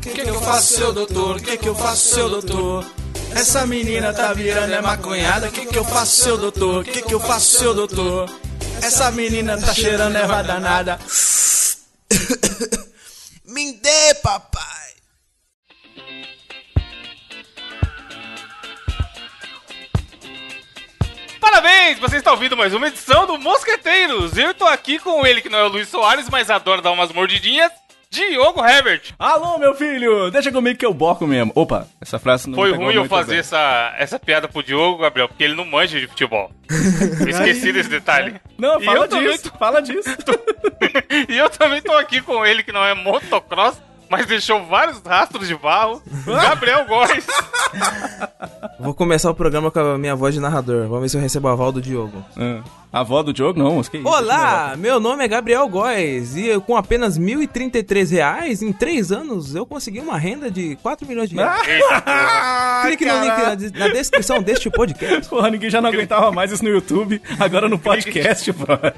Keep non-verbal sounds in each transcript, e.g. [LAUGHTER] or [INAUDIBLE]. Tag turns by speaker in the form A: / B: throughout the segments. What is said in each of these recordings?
A: Que que eu faço, seu doutor? Que que eu faço, seu doutor? Essa menina tá virando é maconhada. Que que eu faço, seu doutor? Que que eu faço, seu doutor? Essa menina tá cheirando erva danada.
B: Me dê, papai!
C: Parabéns! Você está ouvindo mais uma edição do Mosqueteiros. Eu tô aqui com ele, que não é o Luiz Soares, mas adora dar umas mordidinhas, Diogo Herbert.
A: Alô, meu filho! Deixa comigo que eu boco mesmo. Opa, essa frase não
C: Foi
A: pegou
C: ruim eu
A: muito
C: fazer
A: bem.
C: essa, essa piada pro Diogo, Gabriel, porque ele não manja de
A: [LAUGHS]
C: futebol. Eu Esqueci desse detalhe. [LAUGHS]
A: Não,
C: E
A: fala
C: eu também
A: disso, fala disso.
C: e eu também tô aqui com ele, que não é motocross, mas deixou vários rastros de barro,
A: Ah!
C: Gabriel Góes.
B: Vou começar o programa com a minha voz de narrador. Vamos ver se eu recebo a aval do Diogo.
A: Ah, A avó do Diogo? Não, mas que isso,
B: Olá, meu nome é Gabriel Góes e eu, com apenas R$ 1.033 reais, em 3 anos eu consegui uma renda de 4 milhões
C: [LAUGHS]
B: de reais.
C: Eita, porra.
B: Clique no link na, de- na descrição deste podcast.
A: Porra, ninguém já não aguentava mais isso no YouTube, agora no
C: [LAUGHS]
A: podcast, brother.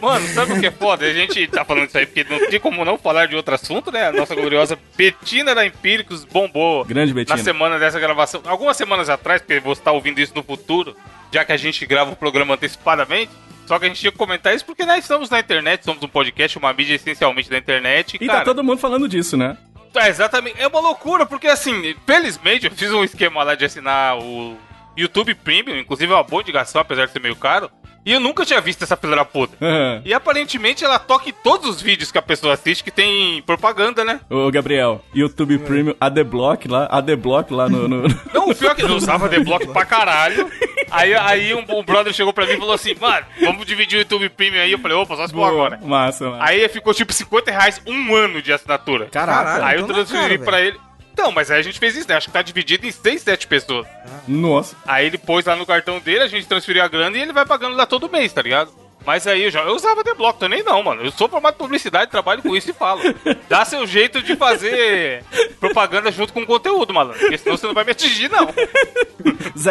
C: Mano, sabe o que é foda? A gente tá falando isso aí porque não tem como não falar de outro assunto, né? A nossa gloriosa Betina da Empíricos bombou.
A: Grande Betina.
C: Na semana dessa gravação. Algumas semanas atrás, porque você tá ouvindo isso no futuro, já que a gente grava o programa antecipadamente. Só que a gente tinha que comentar isso porque nós estamos na internet, somos um podcast, uma mídia essencialmente da internet.
A: E
C: cara,
A: tá todo mundo falando disso, né? [LAUGHS]
C: é, exatamente. É uma loucura, porque assim, felizmente eu fiz um esquema lá de assinar o YouTube Premium, inclusive é uma boa indicação, apesar de ser meio caro. E eu nunca tinha visto essa fileira podre.
A: Aham.
C: E aparentemente ela toca em todos os vídeos que a pessoa assiste que tem propaganda, né?
A: Ô, Gabriel, YouTube Premium, ADBlock lá, ADBlock lá no... no...
C: Não, o pior é que eu usava The Block pra caralho. Aí, aí um, um brother chegou pra mim e falou assim, mano, vamos dividir o YouTube Premium aí. Eu falei, opa, só se for agora.
A: Massa, mano.
C: Aí ficou tipo 50 reais um ano de assinatura.
B: Caraca.
C: Aí eu
B: então tá
C: transferi
B: caro,
C: pra ele. Então, mas aí a gente fez isso, né? Acho que tá dividido em 6, 7 pessoas.
A: Nossa.
C: Aí ele pôs lá no cartão dele, a gente transferiu a grana e ele vai pagando lá todo mês, tá ligado? Mas aí eu já eu usava The Block também não, mano. Eu sou formado em publicidade, trabalho com isso e falo. Dá seu jeito de fazer propaganda junto com o conteúdo, malandro. Porque senão você não vai me atingir, não.
A: Zé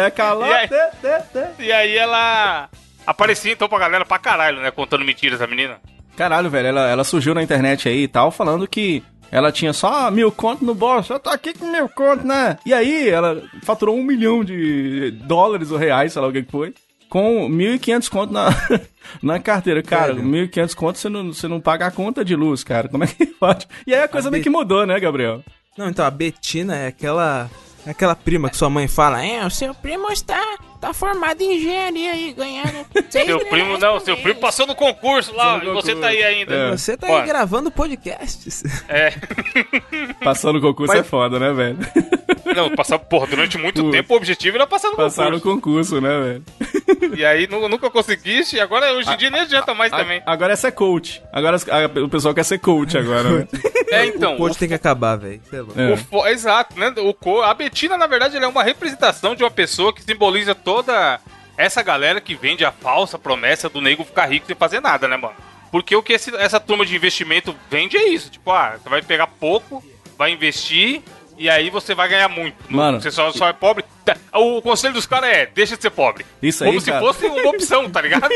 C: E aí?
A: Calota.
C: E aí ela aparecia então pra galera pra caralho, né? Contando mentiras a menina.
A: Caralho, velho, ela, ela surgiu na internet aí e tal, falando que ela tinha só mil conto no bolso. Eu tô aqui com mil conto, né? E aí ela faturou um milhão de dólares ou reais, sei lá o que que foi, com 1.500 conto na, [LAUGHS] na carteira. Cara,
B: Velho.
A: 1.500 conto você não, você não paga a conta de luz, cara. Como é que [LAUGHS] pode? E aí a coisa meio que mudou, né, Gabriel?
B: Não, então a Betina é aquela é aquela prima que sua mãe fala: "É, o seu primo está tá formado em engenharia e ganhando
C: [LAUGHS]
B: seis
C: Seu
B: reais
C: primo
B: por
C: não, seu
B: mês."
C: primo passou no concurso lá
A: Passou no
C: e você
A: concurso.
C: tá aí ainda.
A: É.
B: Você tá
C: Bora.
B: aí gravando podcasts. [LAUGHS]
C: É. [LAUGHS]
A: Passando o concurso
B: Mas-
A: é foda,
B: [LAUGHS]
A: né, velho?
C: Não, passar, porra, durante muito
A: Putz.
C: tempo o objetivo era passar no
A: Passar o
C: concurso.
A: concurso, né, velho?
C: E aí nu- nunca conseguiste, e agora hoje em dia nem adianta mais
A: A-
C: também.
A: Agora é ser coach. Agora as- a- o pessoal quer ser coach agora,
B: [LAUGHS]
A: né?
C: É, então.
B: o coach tem que acabar, velho.
A: É.
C: O fo- Exato, né? O co... A Betina, na verdade, ela é uma representação de uma pessoa que simboliza toda essa galera que vende a falsa promessa do nego ficar rico sem fazer nada, né, mano? Porque o que esse- essa turma de investimento vende é isso. Tipo, ah, você vai pegar pouco, vai investir e aí você vai ganhar muito. Não-
A: Mano.
C: Você só, só é pobre. Tá, O conselho dos caras é, deixa de ser pobre.
A: Isso aí,
C: Como se
A: cara.
C: fosse uma opção, tá
A: [LAUGHS]
C: ligado?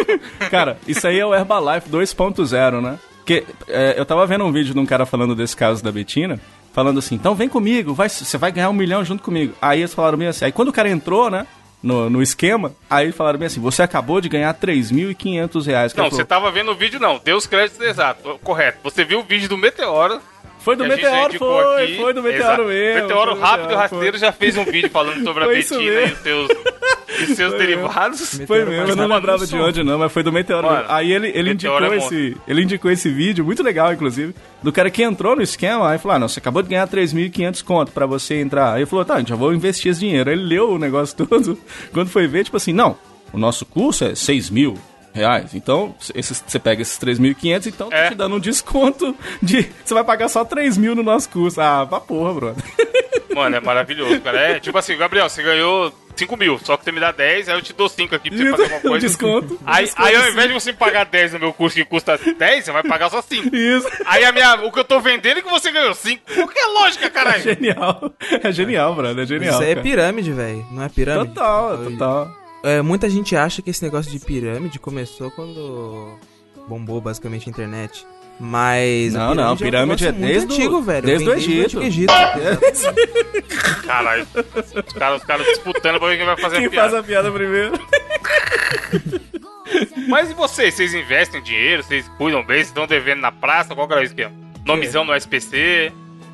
A: Cara, isso aí é o Herbalife 2.0, né? Porque é, eu tava vendo um vídeo de um cara falando desse caso da Betina, falando assim, então vem comigo, vai, você vai ganhar um milhão junto comigo. Aí eles falaram meio assim, aí quando o cara entrou, né, no, no esquema, aí falaram bem assim, você acabou de ganhar 3.500 reais.
C: não,
A: Cara,
C: você
A: falou,
C: tava vendo o vídeo, não. Deu os créditos exato, correto. Você viu o vídeo do Meteoro,
A: Foi do
C: tá- que a gente
A: Meteoro,
C: indicou
A: foi,
C: aqui.
A: foi
C: Exato.
A: do Meteoro mesmo.
C: Meteoro
A: foi do
C: rápido e
A: Meteoro,
C: rasteiro já fez um vídeo falando sobre a
A: Foi isso
C: Betina e
A: mesmo.
C: os seus, e seus derivados.
A: Foi, foi mesmo, eu não
C: Mano,
A: lembrava
C: isso-
A: de onde não, mas foi do Meteoro.
C: Mano,
A: mesmo. Aí ele, ele, indicou
C: Meteoro é
A: esse, ele indicou esse vídeo, muito legal, inclusive, do cara que entrou no esquema, aí falou, ah, não, você acabou de ganhar 3.500 conto pra você entrar. Aí ele falou, tá, já vou investir esse dinheiro. Aí ele leu o negócio [LAUGHS] todo, quando foi ver, tipo assim, não, o nosso curso é 6 mil reais, então esses- você pega esses 3.500, então tá
C: É.
A: te dando um desconto de... Você vai pagar só 3 mil no nosso curso. Ah, pra porra, brother.
C: Mano, é maravilhoso, cara. É tipo assim, Gabriel, você ganhou 5 mil, só que você me dá 10, aí eu te dou 5 aqui pra você fazer alguma
A: [LAUGHS] Um
C: coisa.
A: desconto.
C: Aí,
A: desconto,
C: aí ao
A: sim.
C: invés de você pagar 10 no meu curso que custa 10, você vai pagar só 5.
A: Isso.
C: Aí a minha, o que eu tô vendendo é que você ganhou 5. Qual que é a lógica, caralho?
A: [LAUGHS] [LAUGHS] Genial. É genial, brother. É genial.
B: Isso aí é
A: cara.
B: pirâmide, velho. Não é pirâmide?
A: Total,
B: Eu-
A: total.
B: É, muita gente acha que esse negócio de pirâmide começou quando bombou basicamente a internet. Mas.
A: Não, não, pirâmide
B: negócio
A: é
B: muito
A: desde o-
B: antigo, velho.
A: desde
B: Vem
A: o
B: o
A: Egito.
B: Egito.
C: Caralho. Os caras os caras disputando pra ver quem vai fazer a
A: Quem
C: piada.
A: faz a piada primeiro?
C: Mas e vocês? Vocês investem dinheiro? Vocês cuidam bem? Vocês estão devendo na praça? Qual que era o esquema? Nomizão no SPC?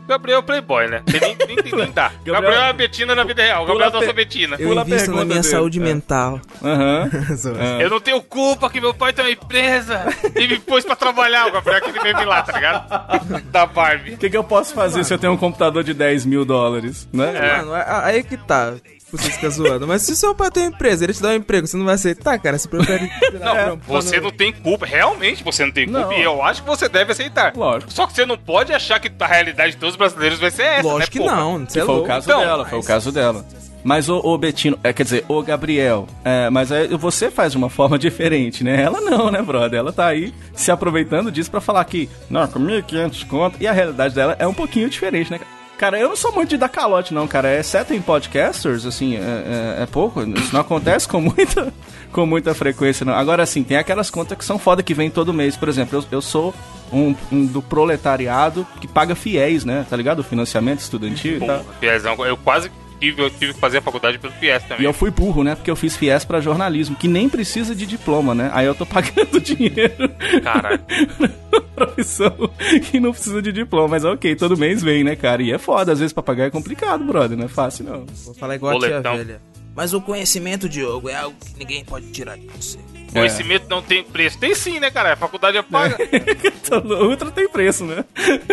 C: Gabriel é Playboy, né? Tem Nem, nem, nem, nem dá.
A: [LAUGHS] Gabriel-
C: Gabriel, é a Betina na vida real. Gabriel é
A: Pula
C: a nossa
A: pe-
C: Betina.
B: Eu
A: [LAUGHS] Pula a
B: invisto um na
A: pergunta
B: minha
A: dele.
B: saúde
A: É.
B: mental. [LAUGHS] assim.
A: Aham. É.
C: Eu não tenho culpa que meu pai tem uma empresa e me pôs pra trabalhar. O Gabriel é aquele meme lá, tá ligado? Da Barbie.
A: O que, que eu posso fazer se eu tenho um computador de 10 mil dólares? Né?
C: É.
B: Mano, a- aí que tá. Você fica zoando. Mas se seu pai tem uma empresa, ele te dá um emprego, você não vai aceitar, cara. Você
A: [LAUGHS]
B: prefere.
C: Não, você não tem culpa. Realmente você não tem culpa.
A: Então, Não.
C: E eu acho que você deve aceitar.
A: Lógico.
C: Só que você não pode achar que a realidade de todos os brasileiros vai ser essa, né?
B: Lógico que
C: porra?
B: não. Você
A: Que
B: é
A: foi o
B: louco.
A: caso
C: Então,
A: dela, foi o caso dela. Mas o, Betino, é, quer dizer, o Gabriel, é, mas aí você faz de uma forma [LAUGHS] diferente, né? Ela não, né, brother? Ela tá aí se aproveitando disso pra falar que, não, com 1.500 conto, e a realidade dela é um pouquinho diferente, né? Cara, eu não sou muito de dar calote, não, cara. É, Exceto em podcasters, assim, é, é- é pouco. Isso não acontece com muita, [LAUGHS] com muita frequência, não. Agora, assim, tem aquelas contas que são foda que vem todo mês. Por exemplo, eu, eu sou um, um do proletariado que paga fiéis, né? Tá ligado? O financiamento estudantil e tal.
C: Pô, Fiezão, eu quase tive, eu tive que fazer a faculdade pelo Fies
A: E
C: também.
A: eu fui burro, né? Porque eu fiz FIES pra jornalismo, que nem precisa de diploma, né? Aí eu tô [LAUGHS] pagando dinheiro.
C: Caralho.
A: [LAUGHS] pra profissão que não precisa de diploma. Mas ok, todo mês vem, né, cara? E é foda, às vezes pra pagar é complicado, brother. Não é fácil, não. [LAUGHS]
B: Vou falar igual a tia
C: Boletão.
B: velha. Mas o conhecimento, Diogo, é algo que ninguém pode tirar de você.
A: É.
C: Conhecimento não tem preço. Tem sim, né, cara? A faculdade é paga.
A: Então, o Ultra tem preço, né?
C: [LAUGHS]
A: [LAUGHS]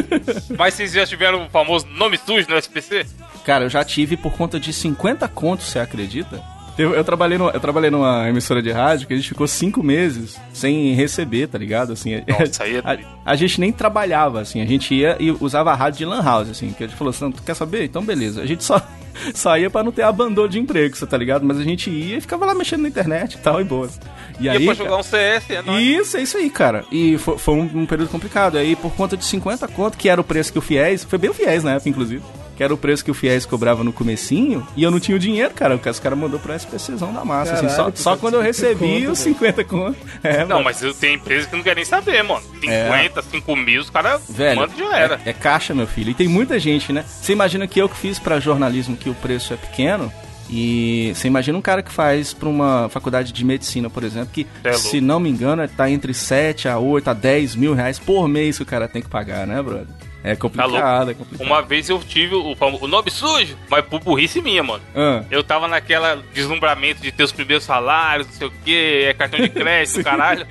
C: Mas vocês já tiveram o famoso nome sujo no SPC?
A: Cara, eu já tive por conta de 50 contos, você acredita? Eu, eu trabalhei no, eu trabalhei numa emissora de rádio que a gente ficou cinco meses sem receber, tá ligado? Assim,
C: Nossa, aí é
A: [LAUGHS] a,
C: doido.
A: a gente nem trabalhava, assim, a gente ia e usava a rádio de lan house, assim, que a gente falou assim, tu quer saber? Então beleza. A gente só [LAUGHS] saía pra não ter abandono de emprego, você tá ligado? Mas a gente ia e ficava lá mexendo na internet e tal, e boas. E
C: Ia
A: aí,
C: pra
A: cara-
C: jogar um CS, é nóis.
A: isso, é isso aí, cara. E fo- foi, um, um período complicado. Aí, por conta de 50 conto, que era o preço que o Fiéis... Foi bem o Fiéis na época, inclusive. Que era o preço que o Fiéis cobrava no comecinho. E eu não tinha o dinheiro, cara. O que os caras mandou pro SPCzão da massa. assim, só
B: Caralho,
C: tá
A: só quando eu recebi
B: conto,
A: os 50 conto. É,
C: Não,
A: mano.
C: mas eu- tem empresas que não querem saber, mano. 50, 5 mil, os caras
A: É. Velho,
C: mandam e já era.
A: É, é caixa, meu filho. E tem muita gente, né? Você imagina que eu que fiz pra jornalismo que o preço é pequeno. E você imagina um cara que faz pra uma faculdade de medicina, por exemplo, que,
C: É louco.
A: se não me engano, tá entre 7 a 8 a 10 mil reais por mês que o cara tem que pagar, né, brother? É complicado,
C: Tá
A: é complicado.
C: Uma vez eu tive o, famo- o nome sujo, mas por burrice minha, mano.
A: Ah,
C: Eu tava naquela deslumbramento de ter os primeiros salários, não sei o quê, é cartão de
A: [LAUGHS]
C: crédito, caralho.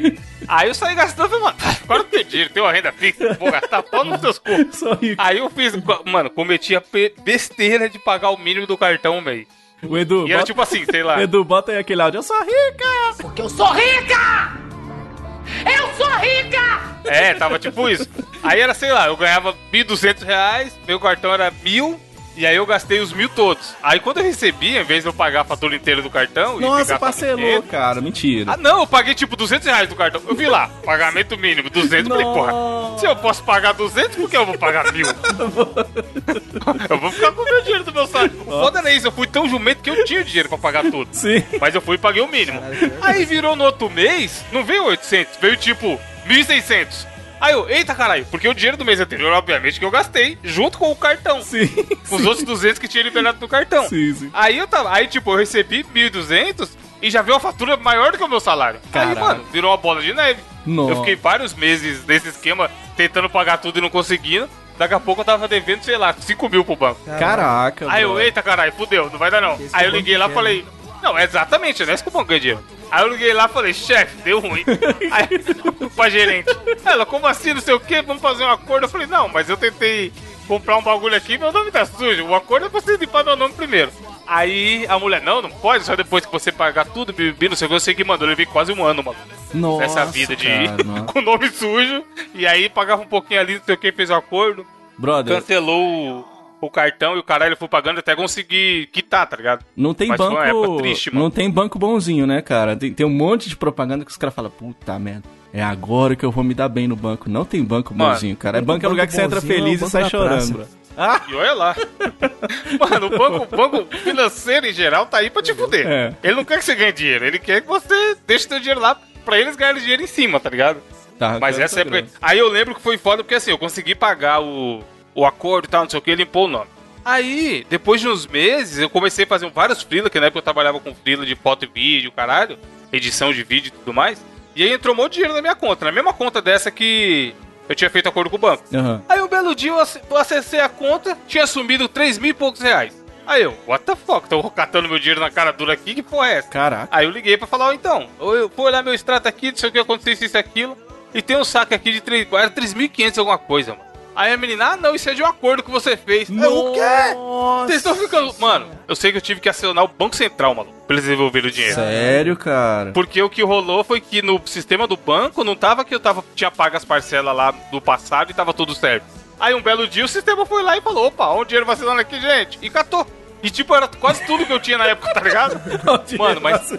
C: Aí eu saí gastando, falei, mano, agora eu tenho dinheiro, tenho uma renda fixa, vou gastar só nos seus cursos.
A: sou
C: [LAUGHS]
A: rico.
C: Aí eu fiz, mano, cometi a pe- besteira de pagar o mínimo do cartão, velho.
A: O Edu,
C: E era
A: bota,
C: tipo assim, sei
A: [LAUGHS]
C: lá.
A: Edu, bota aí aquele áudio. Eu sou rica!
D: Porque eu sou rica! Eu sou rica!
C: É, tava tipo isso. Aí era, sei lá, eu ganhava 1.200 reais, meu cartão era mil, e aí eu gastei os mil todos. Aí quando eu recebi, em vez de eu pagar a fatura inteira do cartão... e
A: Nossa,
C: gastar
A: parcelou,
C: dinheiro-
A: cara. Mentira.
C: Ah, não, eu paguei tipo 200 reais do cartão. Eu vi lá, pagamento mínimo, 200. Falei, porra,
A: Nossa.
C: se eu posso pagar 200, por que eu vou pagar
A: [LAUGHS]
C: mil? eu vou ficar com o meu dinheiro do meu salário. O foda era isso, eu fui tão jumento que eu tinha dinheiro pra pagar tudo.
A: Sim.
C: Mas eu fui e paguei o mínimo. Aí virou no outro mês, não veio 800, veio tipo 1.600. Aí eu, eita caralho, porque o dinheiro do mês anterior, obviamente, que eu gastei junto com o cartão.
A: [LAUGHS] Sim.
C: Com os outros 200 que tinha liberado no cartão.
A: Sim, sim.
C: Aí eu tava, aí tipo, eu recebi 1.200 e já veio uma fatura maior do que o meu salário.
A: Caralho.
C: Aí, mano, virou uma bola de neve.
A: Nossa.
C: Eu fiquei vários meses nesse esquema tentando pagar tudo e não conseguindo. Daqui a pouco eu tava devendo, sei lá, 5 mil pro banco.
A: Caraca,
C: Aí eu,
A: brother.
C: eita caralho, fudeu, não vai dar não.
B: Esse
C: Aí eu
B: banco
C: liguei lá e
B: quer,
C: falei, não, é exatamente, não é isso que o banco ganha dinheiro. Aí eu liguei lá e falei, chefe, deu
A: [LAUGHS]
C: ruim. Aí, pra gerente. Ela, como assim, não sei o quê, vamos fazer um acordo? Eu falei, não, mas eu tentei comprar um bagulho aqui, meu nome tá sujo. O acordo é você limpar meu nome primeiro. Aí a mulher, não, não pode, só depois que você pagar tudo, bibi, não sei o que, eu sei que mandou. Eu levei quase um ano, mano,
A: Nossa,
C: nessa vida de
A: cara, nossa.
C: [LAUGHS] com o nome sujo. E aí pagava um pouquinho ali, não sei o que, fez o acordo
A: Brother,
C: cancelou o, o cartão e o caralho foi pagando até conseguir quitar, tá ligado?
A: Não tem
C: Mas foi
A: banco.
C: uma época triste, mano.
A: não tem banco bonzinho, né, cara? Tem, tem um monte de propaganda que os caras falam, puta merda, é agora que eu vou me dar bem no banco. Não tem banco
C: Mano,
A: bonzinho, cara. É
B: banco-
A: banco é lugar que você
B: banco
A: entra
B: bonzinho é o
A: feliz e
B: banco
A: sai
B: da
A: chorando.
B: praça.
A: bro. Ah!
C: E olha lá. Mano, o banco, o banco financeiro em geral tá aí pra te fuder.
A: É.
C: Ele não quer que você ganhe dinheiro, ele quer que você deixe seu dinheiro lá pra eles ganharem dinheiro em cima, tá ligado?
A: Tá arrancando
C: Mas essa
A: sua
C: época.
A: grana.
C: Aí eu lembro que foi foda porque assim, eu consegui pagar o, o acordo e tal, não sei o que, ele limpou o nome. Aí, depois de uns meses, eu comecei a fazer vários freela, que na época eu trabalhava com freela de foto e vídeo, caralho, edição de vídeo e tudo mais. E aí entrou um monte de dinheiro na minha conta, na mesma conta dessa que eu tinha feito acordo com o banco.
A: Aham.
C: Aí um belo dia eu ac- eu acessei a conta, tinha sumido 3 mil e poucos reais. Aí eu, what the fuck, tô catando meu dinheiro na cara dura aqui, que porra é essa?
A: Caraca.
C: Aí eu liguei pra falar, ó, então, ou eu vou olhar meu extrato aqui, não sei o que aconteceu, isso e aquilo. E tem um saque aqui de 3, era 3.500 alguma coisa, mano. Aí a menina, ah não, isso é de um acordo que você fez. Aí Eu, o quê? Vocês estão ficando... Mano, eu sei que eu tive que acionar o Banco Central, maluco, pra eles devolverem o dinheiro.
A: Sério, cara?
C: Porque o que rolou foi que no sistema do banco não tava que eu tava, tinha pago as parcelas lá do passado e tava tudo certo. Aí um belo dia o sistema foi lá e falou: opa, olha o dinheiro vacilando aqui, gente. E catou. E tipo, era quase tudo que eu tinha na época, tá ligado? Mano, mas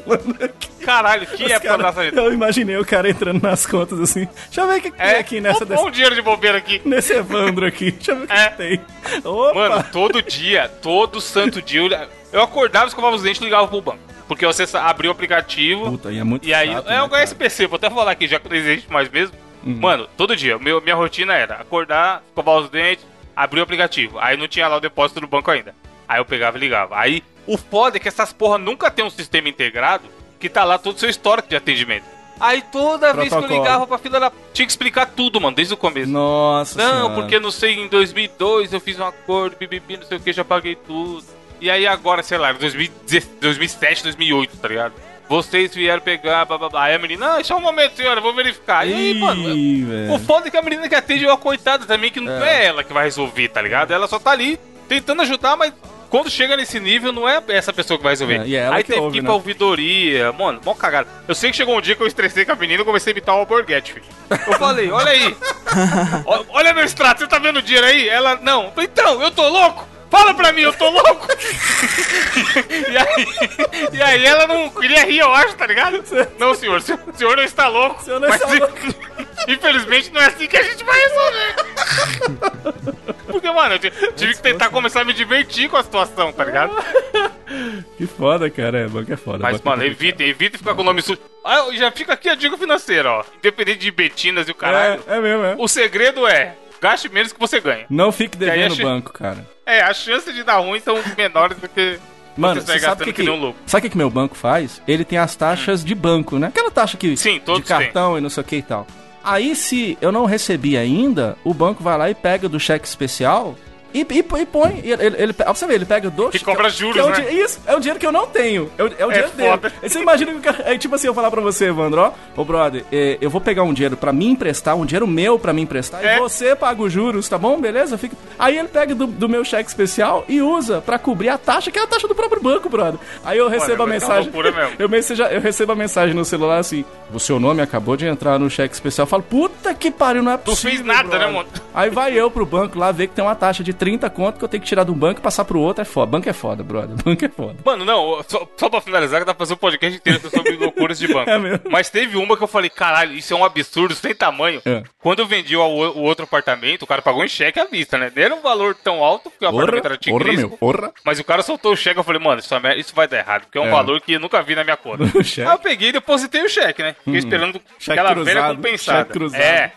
C: caralho, que é época da nossa vida.
A: Eu imaginei o cara entrando nas contas assim. Deixa [LAUGHS] eu ver o que, que tem aqui nessa
C: Olha
A: desse,
C: É o um dinheiro de bobeira aqui.
A: nesse Evandro aqui. Deixa eu ver o que,
C: É.
A: que tem. Opa!
C: Mano, todo dia, todo santo dia, eu- eu acordava, escovava os dentes e ligava pro banco. Porque você sa- abria o aplicativo.
A: Puta, e é muito
C: E aí,
A: chato,
C: é
A: né,
C: o
A: cara? Uhum.
C: SPC, vou até falar aqui, já que não existe mais mesmo. Mano, todo dia, meu- minha rotina era acordar, escovar os dentes, abrir o aplicativo. Aí não tinha lá o depósito do banco ainda. Aí eu pegava e ligava. Aí o foda é que essas porra nunca tem um sistema integrado que tá lá todo o seu histórico de atendimento. Aí toda vez que eu
A: Protocolo.
C: ligava pra fila da. Tinha que explicar tudo, mano, desde o começo.
A: Nossa
C: Não,
A: senhora.
C: porque não sei, em 2002 eu fiz um acordo, bibibi, não sei o que, já paguei tudo. E aí agora, sei lá, 2010, 2007, 2008, tá ligado? Vocês vieram pegar, blá blá blá. Aí a menina, não, só um momento, senhora, eu vou verificar. E aí,
A: Ih,
C: mano, eu-
A: velho.
C: o foda é que a menina que atende é uma coitada também, que não é. ela que vai resolver, tá ligado? Ela só tá ali tentando ajudar, mas quando chega nesse nível, não é essa pessoa que vai resolver.
A: É, e é ela
C: aí
A: que
C: teve
A: ouve,
C: que ir
A: né?
C: pra ouvidoria, mano, mó cagada. Eu sei que chegou um dia que eu estressei com a menina e comecei a imitar o Alborguete, filho. Eu falei, olha
A: [LAUGHS]
C: aí, Ó, Olha meu extrato, você tá vendo o dinheiro aí? Ela, não. Eu falei, Então, eu tô louco? Fala pra mim, eu tô louco? [LAUGHS] e, aí, e aí ela não queria rir, eu acho, tá ligado? Não, senhor, se- o senhor não está louco.
A: senhor não está
C: in-
A: louco.
C: [LAUGHS] Infelizmente não é assim que a gente vai
A: [LAUGHS]
C: resolver. Porque, mano, eu ti- tive que
A: né?
C: tentar começar a me divertir com a situação, tá ligado?
A: Que foda, cara. É, banco é foda.
C: Mas,
A: banco é
C: mano,
A: complicado.
C: evitem, evitem ficar com o nome sujo. Ah, eu já fica aqui a dica financeira, ó. Independente de betinas e o caralho.
A: É, é mesmo, é.
C: O segredo é, gaste menos que você ganha.
A: Não fique
C: aí
A: devendo
C: achei-
A: no banco, cara.
C: É, as chances de dar ruim são menores do que
A: Mano,
C: você sai
A: você sabe o
C: gastando
A: que,
C: que,
A: que,
C: nem um louco. Hum.
A: sabe o que, que meu banco faz? Ele tem as taxas de banco, né? Aquela taxa que
C: Sim, todos
A: de cartão e não sei o que e tal. Aí, se eu não recebi ainda, o banco vai lá e pega do cheque especial e, e, e põe. e Ele, ele, ó, pra você ver, ele pega do
C: Que
A: cheque-
C: cobra
A: que é
C: juros,
A: o
C: né?
A: di- Isso, é o dinheiro que eu não tenho. É o, é o dinheiro
C: foda.
A: dele. Aí Você imagina que o cara. Aí, tipo assim, eu falar pra você, Evandro, ó, ô brother, é, eu vou pegar um dinheiro pra me emprestar, um dinheiro meu pra me emprestar,
C: É.
A: e você paga os juros, tá bom? Beleza? Fica... Aí ele pega do, do meu cheque especial e usa pra cobrir a taxa, que é a taxa do próprio banco, brother. Aí eu recebo a
C: vai dar uma
A: mensagem.
C: loucura mesmo.
A: Eu, menseja, eu recebo a mensagem no celular assim: o seu nome acabou de entrar no cheque especial. Eu falo, puta que pariu, não é
C: Tu
A: possível.
C: fez nada,
A: brother."
C: né, mano?
A: Aí vai eu pro banco lá ver que tem uma taxa de 30 conto que eu tenho que tirar de um banco e passar pro outro. É foda. Banco é foda, brother. Banco é foda.
C: Mano, não, só, só pra finalizar, que dá pra fazer um podcast inteiro [LAUGHS] sobre loucuras de banco.
A: É mesmo.
C: Mas teve uma que eu falei, caralho, isso é um absurdo sem tamanho.
A: É.
C: Quando eu vendi o, o outro apartamento, o cara pagou em cheque à vista, né? Nem era um valor tão alto, porque o apartamento era tigrisco.
A: porra. [LAUGHS]
C: Mas o cara soltou o cheque, eu falei, mano, isso, é mer- isso vai dar errado, porque é um
A: É.
C: valor que eu nunca vi na minha conta.
A: O cheque.
C: Aí eu peguei e depositei o cheque, né? Fiquei esperando
A: Cheque
C: aquela velha
A: cruzado,
C: compensada.
A: cheque cruzado.
C: É.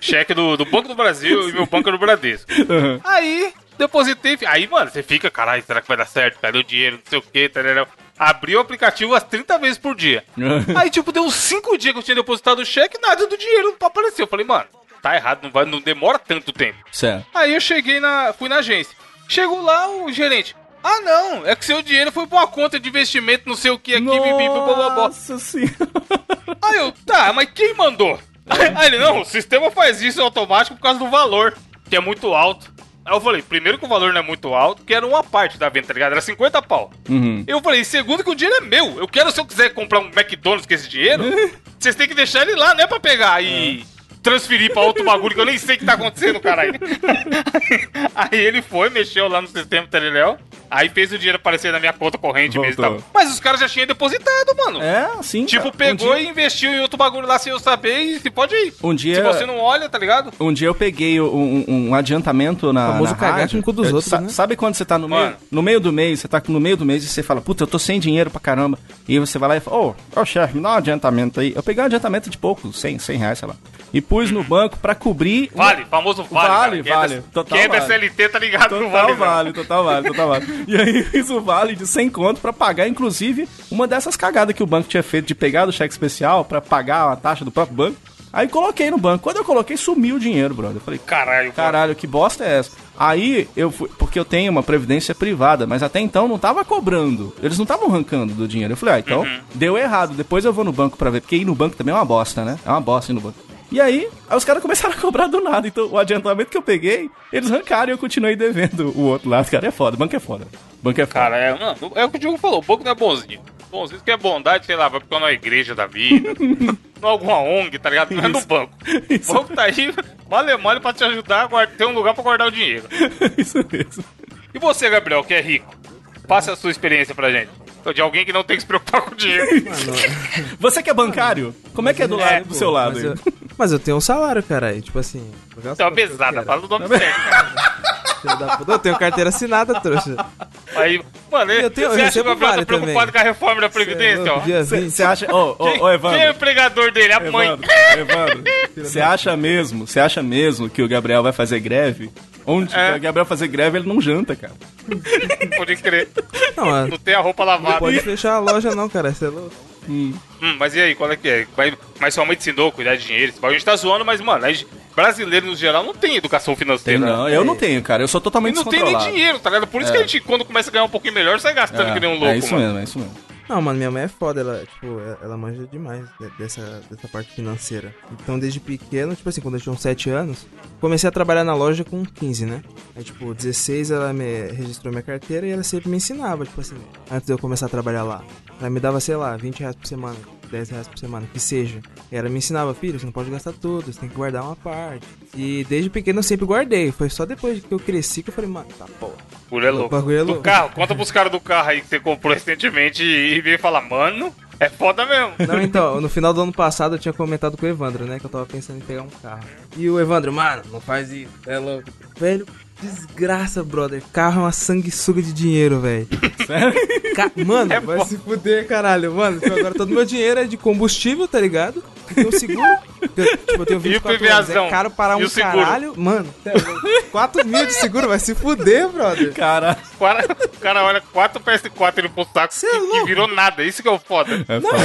C: Cheque do, do Banco do Brasil e meu banco era do Bradesco.
A: Aham.
C: Aí, depositei. Aí, mano, você fica, caralho, será que vai dar certo? Cadê o dinheiro? Não sei o quê, tarará. Abri o aplicativo as 30 vezes por dia. Aí, tipo, deu uns 5 dias que eu tinha depositado o cheque, nada do dinheiro apareceu. Eu falei, mano, tá errado, não, vai, não demora tanto tempo.
B: [LAUGHS]
A: Certo.
C: Aí eu cheguei na. fui na agência. Chegou lá o gerente. Ah não, é que seu dinheiro foi pra uma conta de investimento, não sei o que aqui, bibi, blá
A: Nossa senhora.
C: Aí eu, tá, mas quem mandou?
A: É.
C: [LAUGHS] Aí ele, não, o sistema faz isso automático por causa do valor, que é muito alto. Aí eu falei, primeiro que o valor não é muito alto, que era uma parte da venda, tá ligado? Era 50 pau.
A: Uhum.
C: Eu falei, segundo que o dinheiro é meu. Eu quero, se eu quiser comprar um McDonald's com esse
A: [LAUGHS]
C: dinheiro, vocês têm que deixar ele lá, não é pra pegar e
A: É.
C: transferir pra outro bagulho que eu nem sei o que tá acontecendo,
A: [LAUGHS]
C: caralho. aí ele foi, mexeu lá no sistema Teleléu, aí fez o dinheiro aparecer na minha conta corrente mesmo. e
A: Voltou.
C: tal. Mas os caras já tinham depositado, mano.
A: É, sim.
C: Tipo,
A: cara.
C: pegou
A: um dia,
C: e investiu em outro bagulho lá sem eu saber e se pode ir.
A: Um dia-
C: Se você não olha, tá ligado?
A: Um dia eu peguei um, um- um adiantamento na.
B: O famoso
A: na
B: cagar com
A: rádio.
B: o cu dos
A: Eu-
B: outros, né?
A: Sabe quando você tá no meio,
C: Mano.
A: no meio do mês, você tá no meio do mês e você fala, puta, eu tô sem dinheiro pra caramba. E aí você vai lá e fala, ô, ô chefe, me dá um adiantamento aí. Eu peguei um adiantamento de pouco, 100, 100 reais, sei lá. e pus no banco pra cobrir.
C: Vale, famoso vale. cara.
A: Vale,
C: Quem
A: vale,
C: É da,
A: total
C: quem é da
A: vale.
C: CLT tá ligado
A: Total
C: no vale.
A: vale, né?
C: não.
A: total vale, total vale. E aí [LAUGHS] eu fiz o vale de 100 conto pra pagar, inclusive, uma dessas cagadas que o banco tinha feito de pegar do cheque especial pra pagar a taxa do próprio banco. Aí coloquei no banco. Quando eu coloquei, sumiu o dinheiro, brother. Eu falei,
C: Caralho, cara.
A: Caralho, que bosta é essa? Aí eu fui, porque eu tenho uma previdência privada, mas até então não tava cobrando. Eles não estavam arrancando do dinheiro. Eu falei, ah, então deu errado. Depois eu vou no banco pra ver, porque ir no banco também é uma bosta, né? É uma bosta ir no banco. E aí, aí os caras começaram a cobrar do nada. Então, o adiantamento que eu peguei, eles arrancaram e eu continuei devendo o outro lado. Cara, é foda. Banco é foda. Banco é foda.
C: Cara, é, mano, é o que o Diogo falou, o banco não é bonzinho. Bonzinho que é bondade, sei lá, vai ficar numa é igreja da
A: [LAUGHS]
C: vida, em alguma ONG, tá ligado? Não é no
A: Isso.
C: banco.
A: Isso.
C: O banco tá aí, mole mole pra te ajudar a guardar, ter um lugar pra guardar o dinheiro.
A: [LAUGHS] Isso mesmo.
C: E você, Gabriel, que é rico, passe a sua experiência pra gente. De alguém que não tem que se preocupar com dinheiro.
A: Você que é bancário, como é que é do, lado, do seu lado
B: mas
A: aí?
B: eu, mas eu tenho um salário, cara. E, tipo assim. eu gasto
C: Tá
B: com o que eu
C: pesada,
B: quero.
C: fala do nome certo. cara.
B: Filho da puta, Eu tenho carteira assinada, trouxa.
C: Aí, mano,
B: Eu tenho- eu
C: você acha que o
B: recebo
C: Gabriel tá
B: vale
C: preocupado
B: também.
C: com a reforma da Previdência, ó?
B: É, Dia
A: Você
B: 20.
A: você acha. Ô, ô,
C: Quem,
A: ô,
C: quem é o
A: Evandro.
C: empregador dele? A mãe.
A: Evandro,
C: [LAUGHS]
A: Evandro, você acha mesmo, você acha mesmo que o Gabriel vai fazer greve? Onde
C: É.
A: o Gabriel fazer greve, ele não janta, cara.
C: Pode crer.
B: Não, mano,
C: Não tem a roupa
B: não
C: lavada.
B: pode fechar a loja, não, cara. Você é louco.
C: Hum, mas e aí, qual é que é? Mas, mas sua mãe te ensinou a cuidar de dinheiro? esse bagulho. A gente tá zoando, mas, mano, a gente- brasileiro no geral não tem educação financeira.
B: é
A: não, eu não tenho, cara. Eu sou
C: É. E
A: totalmente
C: não tem nem
A: descontrolado.
C: dinheiro, tá ligado? Por isso
A: É.
C: que a gente, quando começa a ganhar um pouquinho melhor, sai gastando
A: É,
C: que nem um louco,
A: é isso
C: mano.
A: mesmo, é isso mesmo.
B: Não, mano, minha mãe é foda, ela, tipo, ela- ela manja demais de- dessa, dessa parte financeira. Então, desde pequeno, tipo assim, quando eu tinha uns 7 anos, comecei a trabalhar na loja com 15, né? Aí, tipo, 16 ela me registrou minha carteira e ela sempre me ensinava, tipo assim, antes de eu começar a trabalhar lá. Ela me dava, sei lá, 20 reais por semana, 10 reais por semana, que seja. E ela me ensinava, filho, você não pode gastar tudo, você tem que guardar uma parte. E desde pequeno eu sempre guardei. Foi só depois que eu cresci que eu falei, mano, tá porra.
C: Bagulho é
B: O
C: louco.
B: bagulho é
C: do
B: louco.
C: carro, conta pros caras do carro aí que você comprou recentemente e, e veio falar, mano, é foda mesmo.
B: [LAUGHS] Não, então, no final do ano passado eu tinha comentado com o Evandro, né? Que eu tava pensando em pegar um carro. E o Evandro, mano, não faz isso, é louco. Velho, desgraça, brother. Carro é uma sanguessuga de
C: [LAUGHS]
B: dinheiro, velho. Ca- mano,
C: É
B: vai
C: foda.
B: se fuder, caralho. Mano, tipo, agora todo meu dinheiro é de combustível, tá ligado? E o seguro. Eu, tipo, eu tenho
C: E o
B: 24 anos,
C: PVAzão?
B: é caro para
C: E
B: um
C: o seguro?
B: caralho. Mano, 4 mil de seguro, vai se fuder, brother.
A: Cara,
C: O cara, o cara olha quatro PS4 ele pro saco
B: é
C: e, e
B: louco.
C: virou nada. Isso que é o foda.
A: é foda.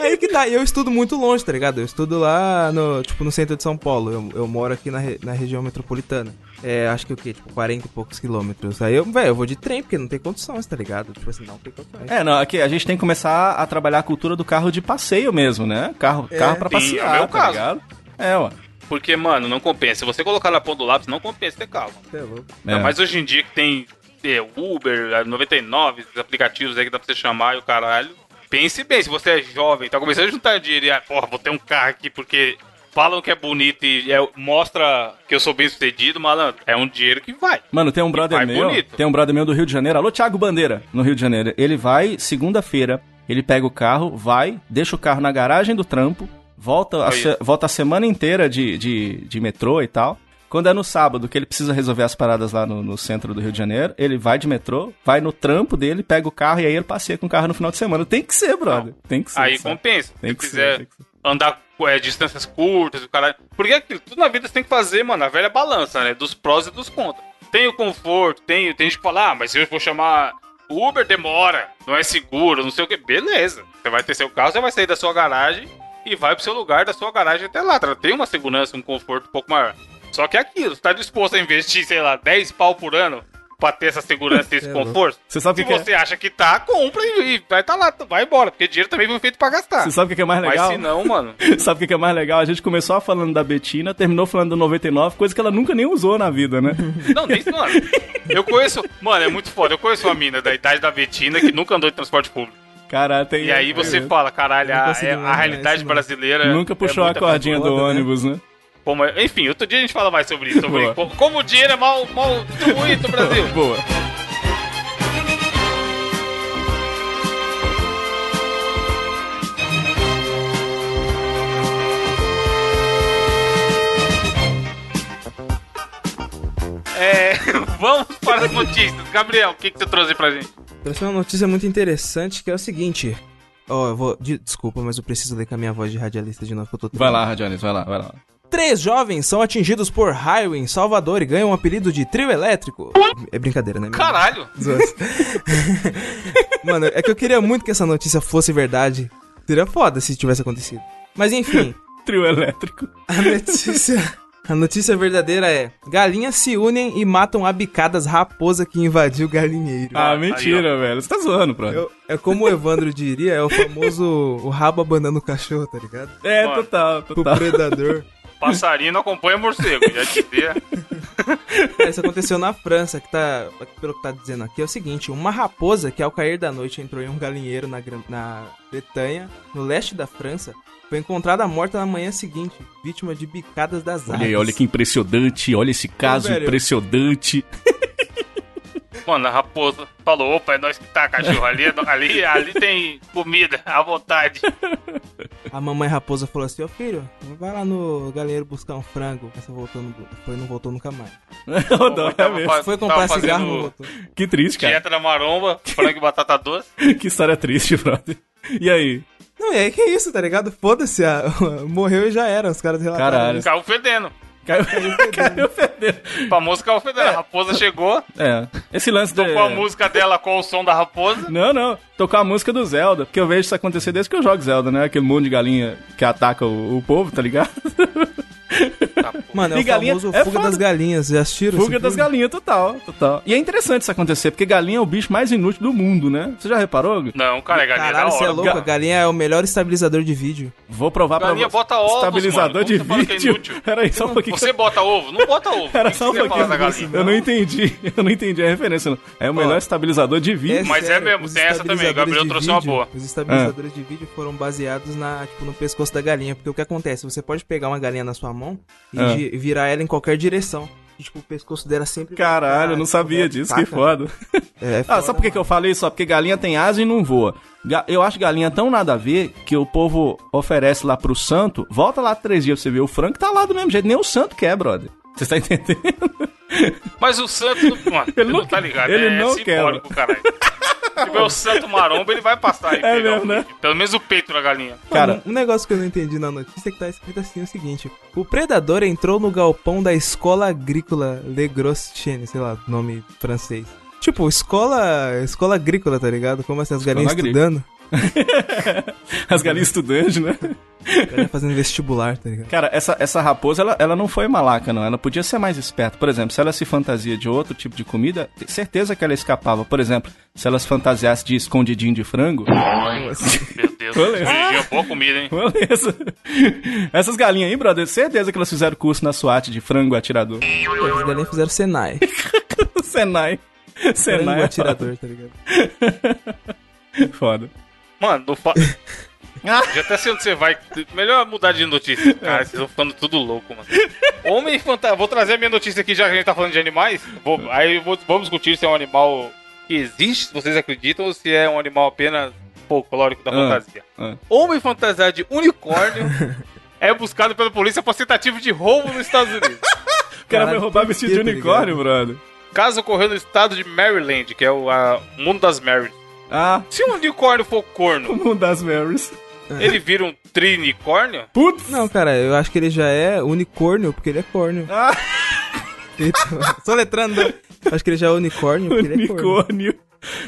B: Aí que tá, e eu estudo muito longe, tá ligado? Eu estudo lá no, tipo, no centro de São Paulo. Eu, eu moro aqui na, re- na região metropolitana. É, acho que o quê? Tipo, 40 e poucos quilômetros. Aí eu, velho, eu vou de trem, porque não tem condições, tá ligado? Tipo assim, não tem condições.
A: É, não, aqui a gente tem que começar a trabalhar a cultura do carro de passeio mesmo, né? Carro, carro pra
C: Sim, é o
A: passear,
C: meu
A: tá
C: caso.
A: ligado? É, ó.
C: Porque, mano, não compensa. Se você colocar na ponta do lápis, não compensa ter carro.
B: Cê é louco.
A: É.
C: Mas hoje em dia que tem é, Uber, é, 99, esses aplicativos aí que dá pra você chamar e o caralho. Pense bem, se você é jovem, tá começando a juntar dinheiro e, ah, porra, vou ter um carro aqui porque falam que é bonito e é- mostra que eu sou bem sucedido, malandro. É um dinheiro que vai.
A: Mano, tem um brother
C: vai
A: meu.
C: bonito.
A: Tem um brother meu do Rio de Janeiro. Alô, Thiago Bandeira, no Rio de Janeiro. Ele vai segunda-feira, ele pega o carro, vai, deixa o carro na garagem do trampo, volta, a,
C: Olha
A: se-
C: É isso.
A: volta a semana inteira de, de, de metrô e tal. Quando é no sábado, que ele precisa resolver as paradas lá no, no centro do Rio de Janeiro, ele vai de metrô, vai no trampo dele, pega o carro e aí ele passeia com o carro no final de semana. Tem que ser, brother. Tem que ser.
C: aí
A: sabe?
C: compensa.
A: Tem
C: se
A: que ser,
C: quiser
A: tem que ser.
C: andar é, distâncias curtas, o caralho. Porque é aquilo, tudo na vida você tem que fazer, mano, a velha balança, né? Dos prós e dos contras. Tem o conforto, tem, tem gente que fala, ah, mas se eu vou chamar Uber, demora, não é seguro, não sei o que. Beleza, você vai ter seu carro, você vai sair da sua garagem e vai pro seu lugar da sua garagem até lá. tá? Tem uma segurança, um conforto um pouco maior. Só que é aquilo, você tá disposto a investir, sei lá, 10 pau por ano pra ter essa segurança e esse
B: É louco.
C: conforto?
A: Você sabe
C: Se
A: o que que é?
C: você acha que tá, compra e e vai tá lá, vai embora, porque dinheiro também foi feito pra gastar.
A: Você sabe o que que é mais
C: Mas
A: legal?
C: se não, mano.
A: [LAUGHS] Sabe o que que é mais legal? A gente começou falando da Betina, terminou falando do 99, coisa que ela nunca nem usou na vida, né?
C: Não, nem mano. Eu conheço. Mano, é muito foda. Eu conheço uma mina da idade da Betina que nunca andou em transporte público.
A: Cara, tem. é,
C: E aí você fala, caralho,
B: Eu não
C: a,
B: consigo
C: é- a
B: imaginar
C: realidade
B: isso, não.
C: brasileira.
A: Nunca puxou
C: é
A: a
C: muita-
A: cordinha do
B: foda, né?
A: ônibus, né?
C: Como é- Enfim, outro dia a gente fala mais sobre isso. Sobre
A: Boa.
C: como, como o dinheiro é mal, mal distribuído no Brasil.
A: Boa.
C: É, [LAUGHS] vamos para
B: Então,
C: as notícias. Gabriel, o que, que você trouxe pra gente?
B: Trouxe uma notícia muito interessante que é o é seguinte: Ó, eu vou. de- desculpa, mas eu preciso ler com a minha voz de radialista de novo que eu tô
A: Vai lá, Radionis, vai lá, vai lá.
B: Três jovens são atingidos por raio em Salvador e ganham o apelido de trio elétrico. É brincadeira, né?
C: Caralho!
B: Zoas. [LAUGHS] Mano, é que eu queria muito que essa notícia fosse verdade. Seria foda se tivesse acontecido. Mas enfim,
A: Trio elétrico.
B: a notícia. A notícia verdadeira é: galinhas se unem e matam a bicadas raposa que invadiu o galinheiro.
A: Ah, mentira, velho. Você tá zoando, bro.
B: Eu- é como o Evandro diria, é o famoso o rabo abanando o cachorro, tá ligado?
A: É,
C: Mano.
A: total,
B: Pro
A: total.
B: predador.
C: Passarinho não acompanha morcego, já dizia.
B: Cara, É, Isso aconteceu na França, que tá. Pelo que tá dizendo aqui, é o seguinte: uma raposa que ao cair da noite entrou em um galinheiro na, Gran- na Bretanha, no leste da França, foi encontrada morta na manhã seguinte, vítima de bicadas das
A: Olha aí,
B: aves.
A: olha que impressionante, olha esse caso
B: velho.
A: [LAUGHS] impressionante.
C: Mano, a raposa falou: opa, é nós que tá, cachorro. Ali, é no- ali, ali tem comida à vontade.
B: A mamãe raposa falou assim: Ô filho, vai lá no galinheiro buscar um frango. Essa voltou no... foi, não voltou nunca mais.
A: Rodão, é
C: Tava
A: mesmo.
C: fa-
B: Foi
C: Tá, tava
B: comprar
C: fazendo
B: cigarro, não voltou.
A: Que triste, cara.
C: Dieta da maromba, frango e batata doce.
A: Que história triste, brother. E aí?
B: Não, e aí que é isso, tá ligado? Foda-se, a- [LAUGHS] morreu e já era. Os caras relataram.
A: Caralho.
B: isso.
C: [LAUGHS] Caiu fedendo.
A: Caiu, caiu
C: [LAUGHS]
A: fedendo.
C: O famoso caiu fedendo. A raposa chegou,
A: É. Esse lance do.
C: tocou a música dela com o som da raposa.
A: Não, não. Tocar a música do Zelda. Porque eu vejo isso acontecer desde que eu jogo Zelda, né? Aquele mundo de galinha que ataca o, o povo,
B: [LAUGHS]
A: tá ligado?
B: Mano, é
A: E
B: o
A: galinha-
B: famoso
A: é
B: Fuga
A: foda.
B: das Galinhas. Já assistiram?
A: Fuga
B: esse
A: das
B: filme?
A: galinhas, total, total. E é interessante isso acontecer, porque galinha é o bicho mais inútil do mundo, né? Você já reparou? Gui?
C: Não, cara, é galinha
B: Caralho,
C: da
B: você é
C: hora.
B: louco?
A: Ga-
B: A galinha é o melhor estabilizador de vídeo.
A: Vou provar
C: Galinha
A: pra você.
C: bota ovos,
A: Estabilizador
C: mano. Como
A: de
C: você fala que é
A: vídeo. [LAUGHS]
C: inútil?
A: Era aí, só um
C: [LAUGHS]
A: pouquinho.
C: Você bota ovo? Não bota ovo.
A: Era
C: O que
A: só um
C: que você fala da
A: pouquinho.
C: galinha?
A: Eu não entendi. [LAUGHS] Eu não entendi a referência. não. É o melhor estabilizor de vídeo.
C: Mas é mesmo,
B: os
C: tem essa também,
B: estabilizadores
C: Gabriel
B: de
C: trouxe uma
B: vídeo-
C: boa.
B: Os estabilizadores de vídeo foram baseados na, tipo, no pescoço da galinha. Porque o que acontece? Você pode pegar uma galinha na sua mão e
A: Ah.
B: gi- virar ela em qualquer direção. E, tipo, o pescoço dela sempre.
A: Caralho, eu não
B: tipo,
A: sabia
B: ela
A: disso,
B: taca.
A: que foda.
B: É, é
A: Ah,
B: foda.
A: sabe por que, que eu falei isso? Porque galinha tem asa e não voa. Ga- Eu acho galinha tão nada a ver que o povo oferece lá pro santo. Volta lá três dias pra você ver. O frango tá lá do mesmo jeito. Nem o santo quer, brother. Você tá [LAUGHS] entendendo?
C: Mas o santo, não- mano, ele não tá ligado.
A: ele
C: é
A: não
C: simbólico, caralho. Se tiver o santo maromba, ele vai passar. e
A: É
C: pegar
A: mesmo,
C: o
A: né?
C: peito. Pelo menos o peito da galinha.
A: Cara,
B: Mano, um negócio que eu não entendi na notícia é que tá escrito assim é o seguinte: O predador entrou no galpão da escola agrícola Le Groschene, sei lá, nome francês. Tipo, escola, escola agrícola, tá ligado? Como assim, as galinhas
A: agrícola.
B: estudando,
A: As galinhas estudantes, né?
B: galinha fazendo vestibular, tá ligado?
A: Cara, essa, essa raposa, ela, ela não foi malaca, não. Ela podia ser mais esperta. Por exemplo, se ela se fantasia de outro tipo de comida, tem certeza que ela escapava. Por exemplo, se ela se fantasiasse de escondidinho de frango, [LAUGHS]
C: Meu Deus,
A: Beleza.
C: escondidinho, boa comida, hein?
A: beleza. Essas galinhas aí, brother, certeza que elas fizeram curso na SWAT de frango atirador.
B: As galinhas fizeram Senai.
A: Senai. [LAUGHS] Senai
B: Frango
A: é foda.
B: atirador, tá ligado?
A: [LAUGHS] foda.
C: Mano, não
A: [LAUGHS]
C: fa...
A: Ah.
C: Já até sei onde você vai. Melhor mudar de
A: É.
C: notícia. Cara, vocês estão ficando tudo louco, mano. Homem fantasma. Vou trazer a minha notícia aqui, já que a gente tá falando de animais. Vou- Aí eu vou- vamos discutir se é um animal que existe, vocês acreditam, ou se é um animal apenas folclórico da
A: Ah.
C: fantasia.
A: Ah.
C: Homem fantasiado de
A: [LAUGHS]
C: unicórnio é buscado pela polícia por tentativa de roubo nos Estados Unidos.
A: O cara vai
B: Caralho,
A: roubar
B: por
A: vestido
B: quê,
A: de
B: tá
A: unicórnio, brother.
C: Caso ocorreu no estado de Maryland, que é o a- mundo das Marys.
A: Ah, [LAUGHS]
C: Se um unicórnio for corno,
A: como um das Marys.
C: ele vira um trinicórnio?
A: Putz!
B: Não, cara, eu acho que ele já é unicórnio, porque ele é córneo. [LAUGHS]
A: Ah,
B: Só letrando. Acho que ele já é unicórnio, porque ele é córneo.
A: unicórnio.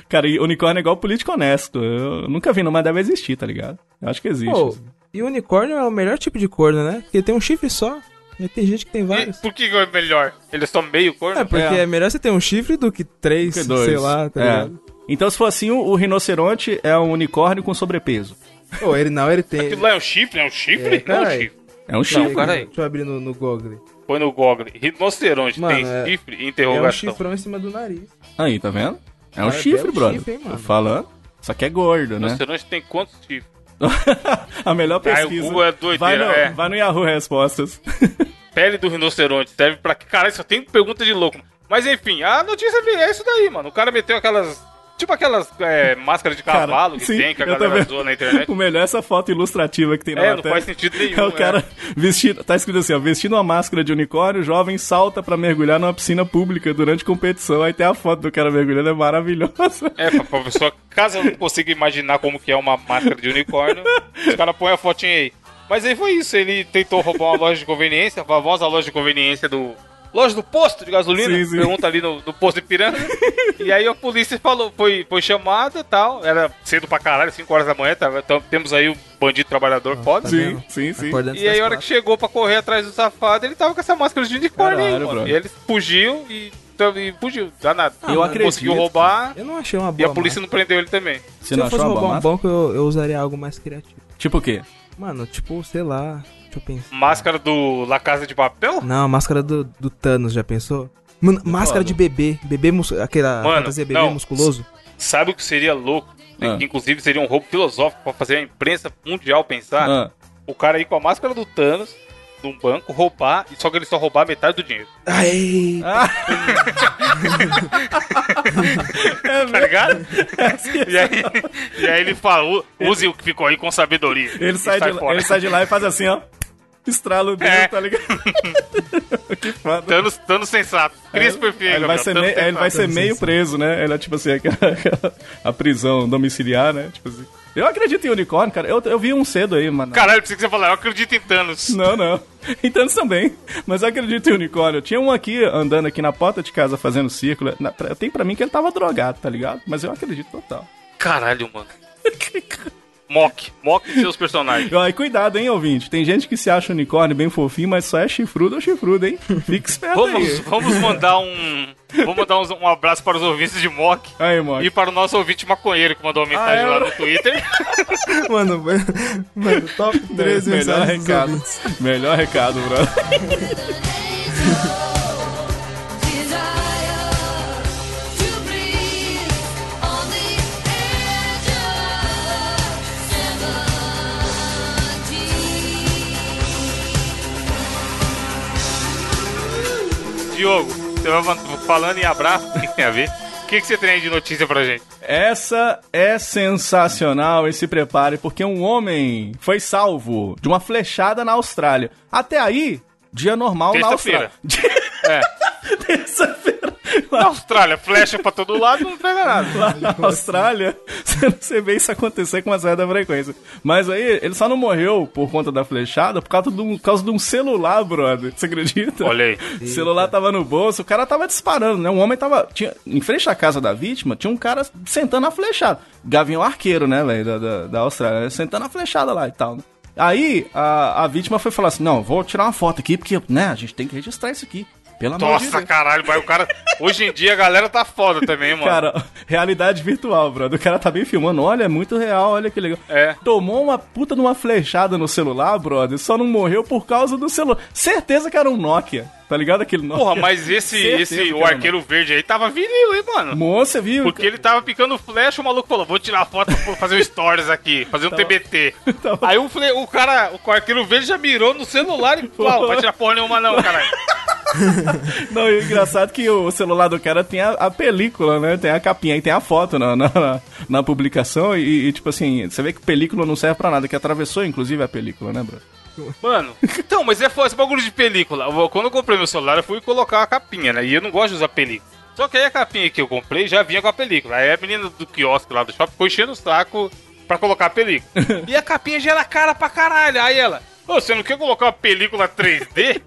A: Cara, e unicórnio é igual político honesto. Eu nunca vi, não, mas deve existir, tá ligado? Eu acho que existe.
B: Pô, e unicórnio é o melhor tipo de corno, né? Porque tem um chifre só. E tem gente que tem
C: E
B: vários.
C: [LAUGHS] por que que é melhor? Ele é só meio corno?
B: É, porque
A: É.
B: é. melhor você ter um chifre do que três,
A: Que dois.
B: sei lá, tá
A: É.
B: ligado?
A: Então, se for assim, o, o rinoceronte é um unicórnio com sobrepeso.
B: Pô, ele não, ele tem.
C: Aquilo lá é um chifre? É um chifre?
B: É,
C: não é um
B: carai.
C: chifre.
A: É um
B: Deixa
A: chifre.
B: eu-
C: cara aí.
B: Deixa eu abrir no, no Google.
C: Põe no Google. Rinoceronte
B: Mano,
C: tem
B: é-
C: chifre?
B: É um
C: Interrogação.
B: chifrão em cima do nariz.
A: Aí, tá vendo? É um
B: Cara,
A: chifre,
B: belo
A: brother.
B: chifre, hein, mano?
A: Tô falando. Só que é gordo, né?
C: Rinoceronte tem quantos chifres?
A: [LAUGHS] a melhor
C: Ah, o
A: pesquisa.
C: Google é doideira,
A: vai, no,
C: é.
A: vai no Yahoo Respostas. [LAUGHS]
C: Pele do rinoceronte serve pra que? Caralho, só tem pergunta de louco. Mas enfim, a notícia é isso daí, mano. O cara meteu aquelas Tipo aquelas é, máscaras de
A: Cara,
C: cavalo que
A: sim,
C: tem, que a
A: eu tô
C: galera
A: vendo.
C: zoa na internet.
A: [LAUGHS] O melhor é essa foto ilustrativa que tem na
C: É, não
A: matéria.
C: faz sentido nenhum,
A: É o
C: é.
A: cara vestido, tá escrito assim, ó, vestindo uma máscara de unicórnio, o jovem salta pra mergulhar numa piscina pública durante competição. Aí tem a foto do cara mergulhando, é maravilhosa.
C: [LAUGHS] É, pra, pra pessoa, caso eu não consiga imaginar como que é uma máscara de unicórnio, os caras põem a fotinha aí. Mas aí foi isso, ele tentou roubar uma loja de conveniência, a famosa loja de conveniência do... Loja do posto de gasolina,
A: Sim, sim.
C: pergunta ali no, no posto de piranga. e aí a polícia falou, foi, foi chamada e tal, era cedo pra caralho, 5 horas da manhã, tá, então temos aí o bandido trabalhador, foda.
A: Sim,
B: vendo?
A: sim, sim.
B: Acorda antes
C: E aí,
B: das
C: a hora que
B: quatro.
C: chegou pra correr atrás do safado, ele tava com essa máscara de unicórnio aí,
A: Caralho,
C: mano.
A: brother.
C: E ele fugiu e, e fugiu, danado.
A: Eu acredito,
C: Conseguiu roubar
B: Eu não achei uma boa
C: e a polícia
B: máscara.
C: não prendeu ele também.
A: Você
B: Se
A: não
B: eu
A: achou
B: fosse
A: uma
B: roubar
A: boa
B: um
A: máscara?
B: banco, eu, eu usaria algo mais criativo.
A: Tipo o quê?
B: Mano, tipo, sei lá, deixa eu pensar.
C: Máscara do La Casa de Papel?
B: Não, a máscara do, do Thanos, já pensou? Mano, máscara de bebê. Bebê musculoso. Aquela
C: Mano,
B: fantasia bebê
C: não.
B: musculoso.
C: Sabe o que seria louco?
A: Ah.
C: Que inclusive seria um roubo filosófico pra fazer a imprensa mundial pensar.
A: Ah,
C: O cara aí com a máscara do Thanos, num banco, roubar, e só que ele só roubar metade do dinheiro.
B: Ai,
A: Ah.
C: [LAUGHS] Tá
A: [LAUGHS]
C: ligado? e, aí, e aí ele fala: "U- use o que ficou aí com sabedoria.
A: ele,
C: E
A: sai de, lá-
C: fora.
A: ele sai de lá e faz assim, ó. Estrala o dedo,
C: É. [LAUGHS]
A: tá ligado? que foda.
C: Thanos, Thanos sensato. Cris perfeito.
A: É, ele vai, ser mei- ele vai ser meio preso, né? Ele é tipo assim, aquela, aquela- a prisão domiciliar, né? Tipo assim. Eu acredito em unicórnio, cara. Eu, eu vi um cedo aí, mano.
C: Caralho, precisa que você falar, eu acredito em Thanos.
A: Não, não. Então também. Mas eu acredito em unicórnio. Tinha um aqui andando aqui na porta de casa fazendo círculo. Na, pra- tem pra mim que ele tava drogado, tá ligado? Mas eu acredito
C: [LAUGHS]
A: total.
C: Caralho, mano. Mock. Mock seus [LAUGHS] personagens.
A: Ó, E cuidado, hein, ouvinte. Tem gente que se acha unicórnio bem fofinho, mas só é chifrudo ou chifrudo, hein? Fica esperto
C: Vamos,
A: aí.
C: vamos mandar um. Vamos mandar uns- um abraço para os ouvintes de Mock.
A: Aí, mano.
C: E para o nosso ouvinte maconheiro que mandou uma mensagem
A: Ah, é?
C: lá no Twitter.
B: mano, [LAUGHS] mano, top 3
A: melhor
B: mensagens dos
A: recado.
B: ouvintes.
A: Melhor recado, brother.
C: [LAUGHS] Diogo, você vai man- falando em abraço, o que que tem a ver? O que, que você tem aí de notícia pra gente?
A: Essa é sensacional e se prepare, porque um homem foi salvo de uma flechada na Austrália. Até aí, dia normal na Austrália. [LAUGHS]
C: Terça-feira. É.
A: Terça-feira.
C: Na
A: Lá,
C: Austrália, flecha pra todo lado, não pega nada.
A: lá na Austrália, [LAUGHS] você não- você vê isso acontecer com uma certa frequência. Mas aí, ele só não morreu por conta da flechada, por causa de um, por causa de um celular, brother. Você acredita?
C: Olha aí.
A: O celular tava no bolso, o cara tava disparando, né? Um homem tava. Tinha, em frente à casa da vítima, tinha um cara sentando a flechada. Gavião arqueiro, né, velho, da, da, da Austrália, né? sentando a flechada lá e tal. né? Aí a, a vítima foi falar assim: não, vou tirar uma foto aqui, porque, né, a gente tem que registrar isso aqui. Pelo amor de
C: Nossa,
A: Deus.
C: caralho, vai o cara. Hoje em dia a galera tá foda também, mano.
A: Cara, [LAUGHS] realidade virtual, brother. O cara tá bem filmando. Olha, é muito real, olha que legal.
C: É.
A: Tomou uma puta numa flechada no celular, brother. Só não morreu por causa do celular. Certeza que era um Nokia. Tá ligado aquele Nokia?
C: Porra, mas esse,
A: [LAUGHS] Certeza
C: esse
A: que
C: o
A: era, um
C: arqueiro verde aí tava viril, hein, mano?
A: Moça, viu?
C: Porque ele tava picando flecha, o maluco falou: vou tirar a foto pra fazer um stories aqui, fazer um TBT.
A: Tava-
C: Aí o, fle- o cara, o arqueiro verde já mirou no celular e falou: não vai tirar porra nenhuma, não, caralho.
A: Não, e o engraçado é que o celular do cara tem a, a película, né? Tem a capinha e tem a foto na, na, na- na publicação. E, e, tipo assim, você vê que película não serve pra nada, que atravessou, inclusive, a película, né, bro?
C: Mano, então, mas é foda, esse bagulho de película. Eu- Quando eu comprei meu celular, eu fui colocar a capinha, né? E eu não gosto de usar película. Só que aí a capinha que eu comprei já vinha com a película. Aí a menina do quiosque lá do shopping ficou enchendo o saco pra colocar a película. e a capinha já era cara pra caralho. Aí ela, ô, você não quer colocar uma película 3D?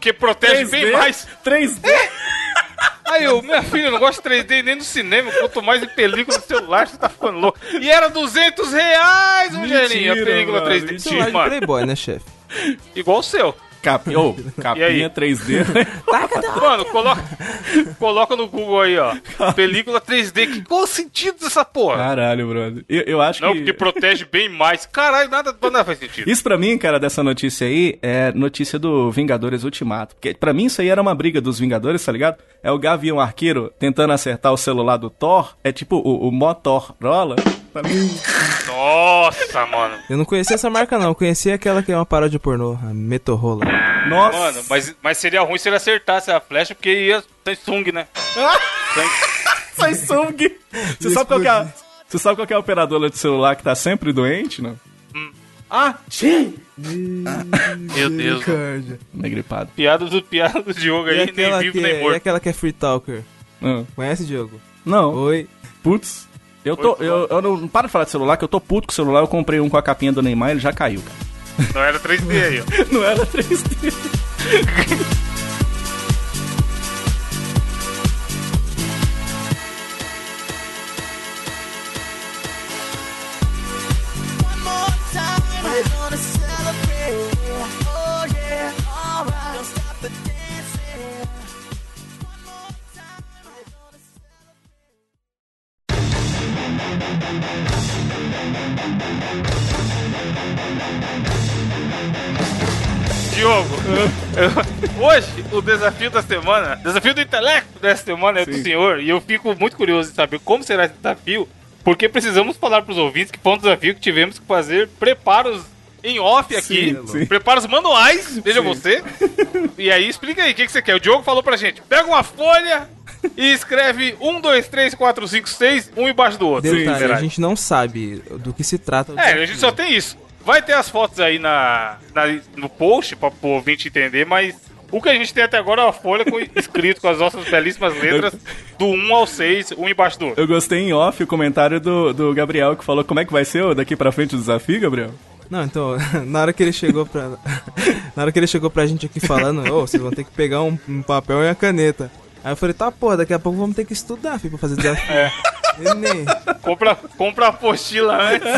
C: Que protege bem mais.
A: 3D?
C: Aí eu, minha filha, eu não gosto de 3D nem no cinema, quanto mais em película no celular, você tá falando louco. E era 200 reais, Rogerinho, a
A: Mentira,
C: película
A: mano,
C: 3D.
A: mentira.
B: Celular
C: Sim,
B: de
C: mano,
B: Playboy, né, chefe?
C: igual o seu.
A: Cap... ô,
C: [LAUGHS] E aí?
A: capinha né? 3D.
C: Mano, coloca, coloca no Google aí, ó. Película 3D. Que, qual o sentido dessa porra?
A: Caralho, brother. Eu, eu acho
C: Não,
A: que.
C: porque protege bem mais. Caralho, nada, nada faz sentido.
A: Isso pra mim, cara, dessa notícia aí, é notícia do Vingadores Ultimato. Porque pra mim isso aí era uma briga dos Vingadores, tá ligado? É o Gavião Arqueiro tentando acertar o celular do Thor. É tipo o, o Motorola. tá ligado?
C: Nossa, mano.
B: Eu não conhecia essa marca, não. Eu conhecia aquela que é uma paródia pornô, a Metorrola.
A: Nossa.
C: Mano,
A: [LAUGHS]
C: mas, mas seria ruim se ele acertasse a flecha, porque ia Samsung, né? Samsung.
A: Samsung. Você sabe, qual que é a, você sabe qual que é a operadora de celular que tá sempre doente, não? Ah, sim!
C: Meu Deus.
B: Misericórdia.
A: Não é gripado.
C: Piada do piada do Diogo
B: E
C: aí, nem
B: aquela,
C: vivo
B: que,
C: nem
B: é, e
C: morto.
B: aquela que é free talker?
A: Não.
B: Conhece, Diogo?
A: Não.
B: Oi.
A: Putz. Eu, tô, eu, eu não, não paro de falar de celular, que eu tô puto com o celular. Eu comprei um com a capinha do Neymar ele já caiu. cara. [LAUGHS]
C: Não era 3D aí, ó.
A: Não era 3D.
E: One more time, we're gonna celebrate. Oh yeah, alright, don't stop the dancing. One more time, we're gonna celebrate.
C: Diogo, eu- hoje o desafio da semana, desafio do intelecto dessa semana é do
A: Sim.
C: senhor, e eu fico muito curioso de saber como será esse desafio, porque precisamos falar pros ouvintes que foi um desafio que tivemos que fazer preparos em off aqui,
A: sim.
C: preparos manuais, veja você. E aí, explica aí, o que, que você quer? O Diogo falou pra gente, pega uma folha e escreve 1, 2, 3, 4, 5, 6, um embaixo do outro.
B: Detalhe,
C: Será?
B: tá, a gente não sabe do que se trata.
C: É, a gente só tem isso. Vai ter as fotos aí na, na- no post pra o ouvinte entender, mas o que a gente tem até agora é uma folha com, escrito com as nossas belíssimas letras do 1 ao 6, um embaixo do outro.
A: Eu gostei em off o comentário do, do Gabriel que falou como é que vai ser o daqui pra frente o desafio, Gabriel.
B: Não, então, [LAUGHS] na hora que ele chegou pra. [LAUGHS] na hora que ele chegou pra gente aqui falando, ô, vocês vão ter que pegar um, um papel e uma caneta. Aí eu falei, tá porra, daqui a pouco vamos ter que estudar, filho, pra fazer desafio. É. Neném,
C: Compra, compra a apostila antes.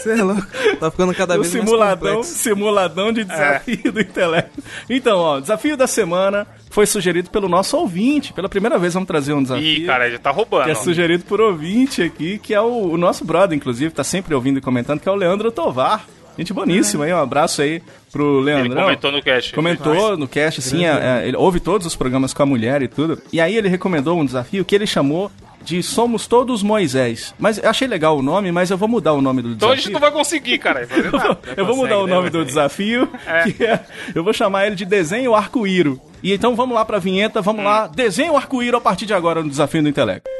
B: você é louco. Tá ficando cada
A: O
B: vez mais
A: simuladão,
B: complexo. É.
A: simuladão de desafio do intelecto. Então, ó, desafio da semana foi sugerido pelo nosso ouvinte. Pela primeira vez vamos trazer um desafio.
C: Ih, cara, já tá roubando.
A: Que é
C: ó.
A: sugerido por ouvinte aqui, que é o, o nosso brother, inclusive, tá sempre ouvindo e comentando, que é o Leandro Tovar. Gente boníssima aí, um abraço aí pro Leandrão.
C: Ele comentou no cast.
A: Comentou no cast, assim, é, é, ele ouve todos os programas com a mulher e tudo. E aí ele recomendou um desafio que ele chamou de Somos Todos Moisés. Mas eu achei legal o nome, mas eu vou mudar o nome do
C: Então a
A: desafio.
C: gente não vai conseguir, cara. fazer nada.
A: eu vou mudar o nome
C: né?
A: do desafio, que é, eu vou chamar ele de Desenho Arco-Íro. E então vamos lá pra vinheta,
C: Hum.
A: vamos lá, Desenho Arco-Íro a partir de agora no Desafio do Intelecto.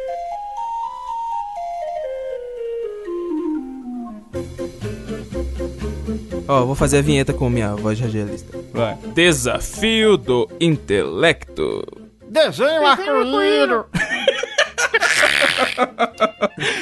B: Ó, vou fazer a vinheta com minha voz de radialista.
A: Vai.
B: Desafio do intelecto.
A: Desenho Arco-Íro!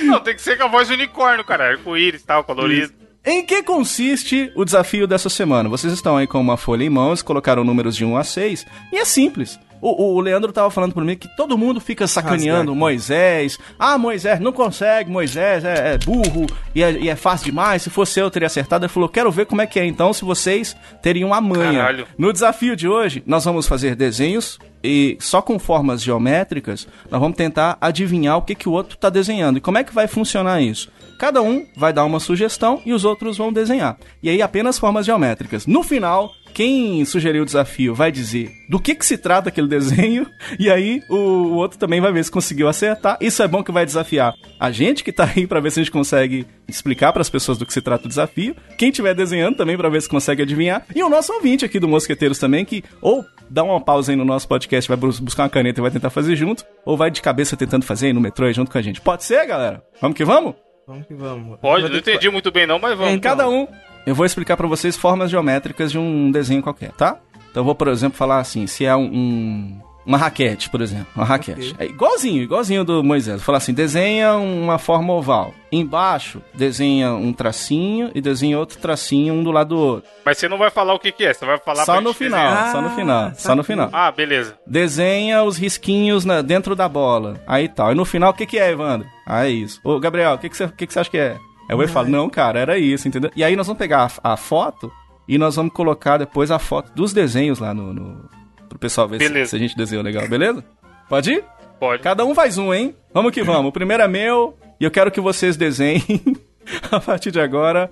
C: Não, tem que ser com a voz do unicórnio, cara. Arco-íris e tal, colorido.
A: Em que consiste o desafio dessa semana? Vocês estão aí com uma folha em mãos, colocaram números de 1 a 6, e é simples. O, o- o Leandro tava falando pra mim que todo mundo fica sacaneando Moisés. Ah, Moisés, não consegue, Moisés é, é burro e é, e é fácil demais. Se fosse eu, eu teria acertado. Ele falou, quero ver como é que é então se vocês teriam a manha.
C: Caralho.
A: No desafio de hoje, nós vamos fazer desenhos e só com formas geométricas, nós vamos tentar adivinhar o que, que o outro está desenhando e como é que vai funcionar isso. Cada um vai dar uma sugestão e os outros vão desenhar. E aí apenas formas geométricas. No final, quem sugeriu o desafio vai dizer do que, que se trata aquele desenho [LAUGHS] e aí o, o outro também vai ver se conseguiu acertar. Isso é bom que vai desafiar a gente que tá aí para ver se a gente consegue explicar para as pessoas do que se trata o desafio. Quem estiver desenhando também para ver se consegue adivinhar. E o nosso ouvinte aqui do Mosqueteiros também, que ou dá uma pausa aí no nosso podcast, vai bus- buscar uma caneta e vai tentar fazer junto, ou vai de cabeça tentando fazer aí no metrô aí junto com a gente. Pode ser, galera? Vamos que vamos?
B: Vamos que vamos.
C: Pode,
B: Vou
C: não
B: ter que-
C: entendi muito bem não, mas vamos.
B: Então.
A: Cada um, eu vou explicar pra vocês formas geométricas de um desenho qualquer, tá? Então eu vou, por exemplo, falar assim, se é um, um- uma raquete, por exemplo, uma raquete. É igualzinho, igualzinho do Moisés. Vou falar assim, desenha uma forma oval. Embaixo, desenha um tracinho e desenha outro tracinho um do lado do outro.
C: Mas você não vai falar o que que é, você vai falar
A: só
C: pra
A: no
C: gente
A: final,
C: desenhar.
A: só no
B: Ah,
A: final, só no final.
C: Ah, beleza.
A: Desenha os risquinhos na- dentro da bola. Aí tal. E no final, o que, que é, Evandro? Ah, é isso. Ô, Gabriel, o que, que, você, o que, que você acha que é? Aí o Ei fala, não, cara, era isso, entendeu? E aí nós vamos pegar a, a foto e nós vamos colocar depois a foto dos desenhos lá no. no pro pessoal ver se,
C: Beleza.
A: se a gente desenhou legal, beleza? Pode ir?
C: Pode.
A: Cada um faz um, hein? Vamos que vamos. O primeiro é meu e eu quero que vocês desenhem, [LAUGHS] a partir de agora,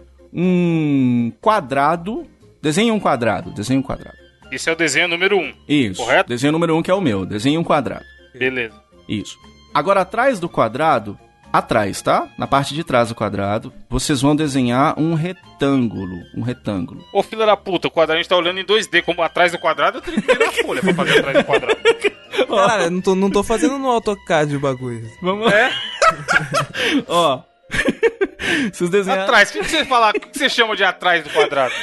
A: um quadrado. Desenhe um quadrado, desenhe um quadrado.
C: Esse é o desenho número 1.
A: Isso.
C: Correto?
A: Desenho número um que é o meu. Desenhe um quadrado.
C: Beleza.
A: Isso. Agora, atrás do quadrado, atrás, tá? Na parte de trás do quadrado, vocês vão desenhar um retângulo. Um retângulo.
C: Ô
A: [LAUGHS]
C: filha da puta, o quadradinho tá olhando em 2D, como atrás do quadrado, eu teria que virar a folha pra fazer atrás do quadrado.
B: Caralho, eu não tô, não tô fazendo no AutoCAD o bagulho.
A: Vamos
B: é?
A: lá. [LAUGHS] Ó. Se os desenhar...
C: Atrás, o que que você fala? O que que você chama de atrás do quadrado?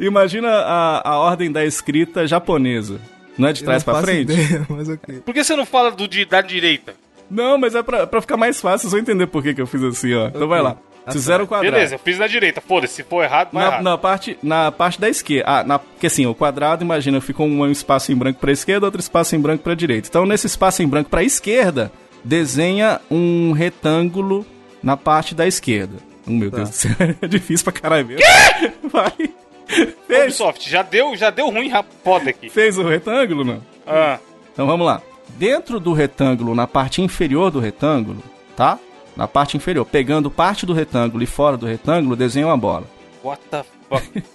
A: Imagina a, a ordem da escrita japonesa. Não é de
B: Eu não
A: trás pra
B: faço
A: frente?
B: ideia, mas ok.
C: Por que você não fala do de, da direita?
A: Não, mas é pra, pra ficar mais fácil. Vocês vão entender por que, que eu fiz assim, ó. Então vai lá. Fizeram o quadrado.
C: Beleza, eu fiz na direita. Foda-se, se for errado, vai
A: Na,
C: errado.
A: na parte, na parte da esquerda. Ah, na, porque assim, o quadrado, imagina, ficou um espaço em branco pra esquerda, outro espaço em branco pra direita. Então, nesse espaço em branco pra esquerda, desenha um retângulo na parte da esquerda. Oh, meu
C: Tá.
A: Deus do céu, [LAUGHS] é difícil pra caralho mesmo. [LAUGHS] Vai. Fez,
C: Ubisoft, já deu, já deu ruim, ra- foda aqui.
A: fez o retângulo, não?
C: Ah,
A: Então vamos lá. Dentro do retângulo, na parte inferior do retângulo, tá? Na parte inferior, pegando parte do retângulo e fora do retângulo, desenha uma bola.
C: what the fuck?
A: [LAUGHS]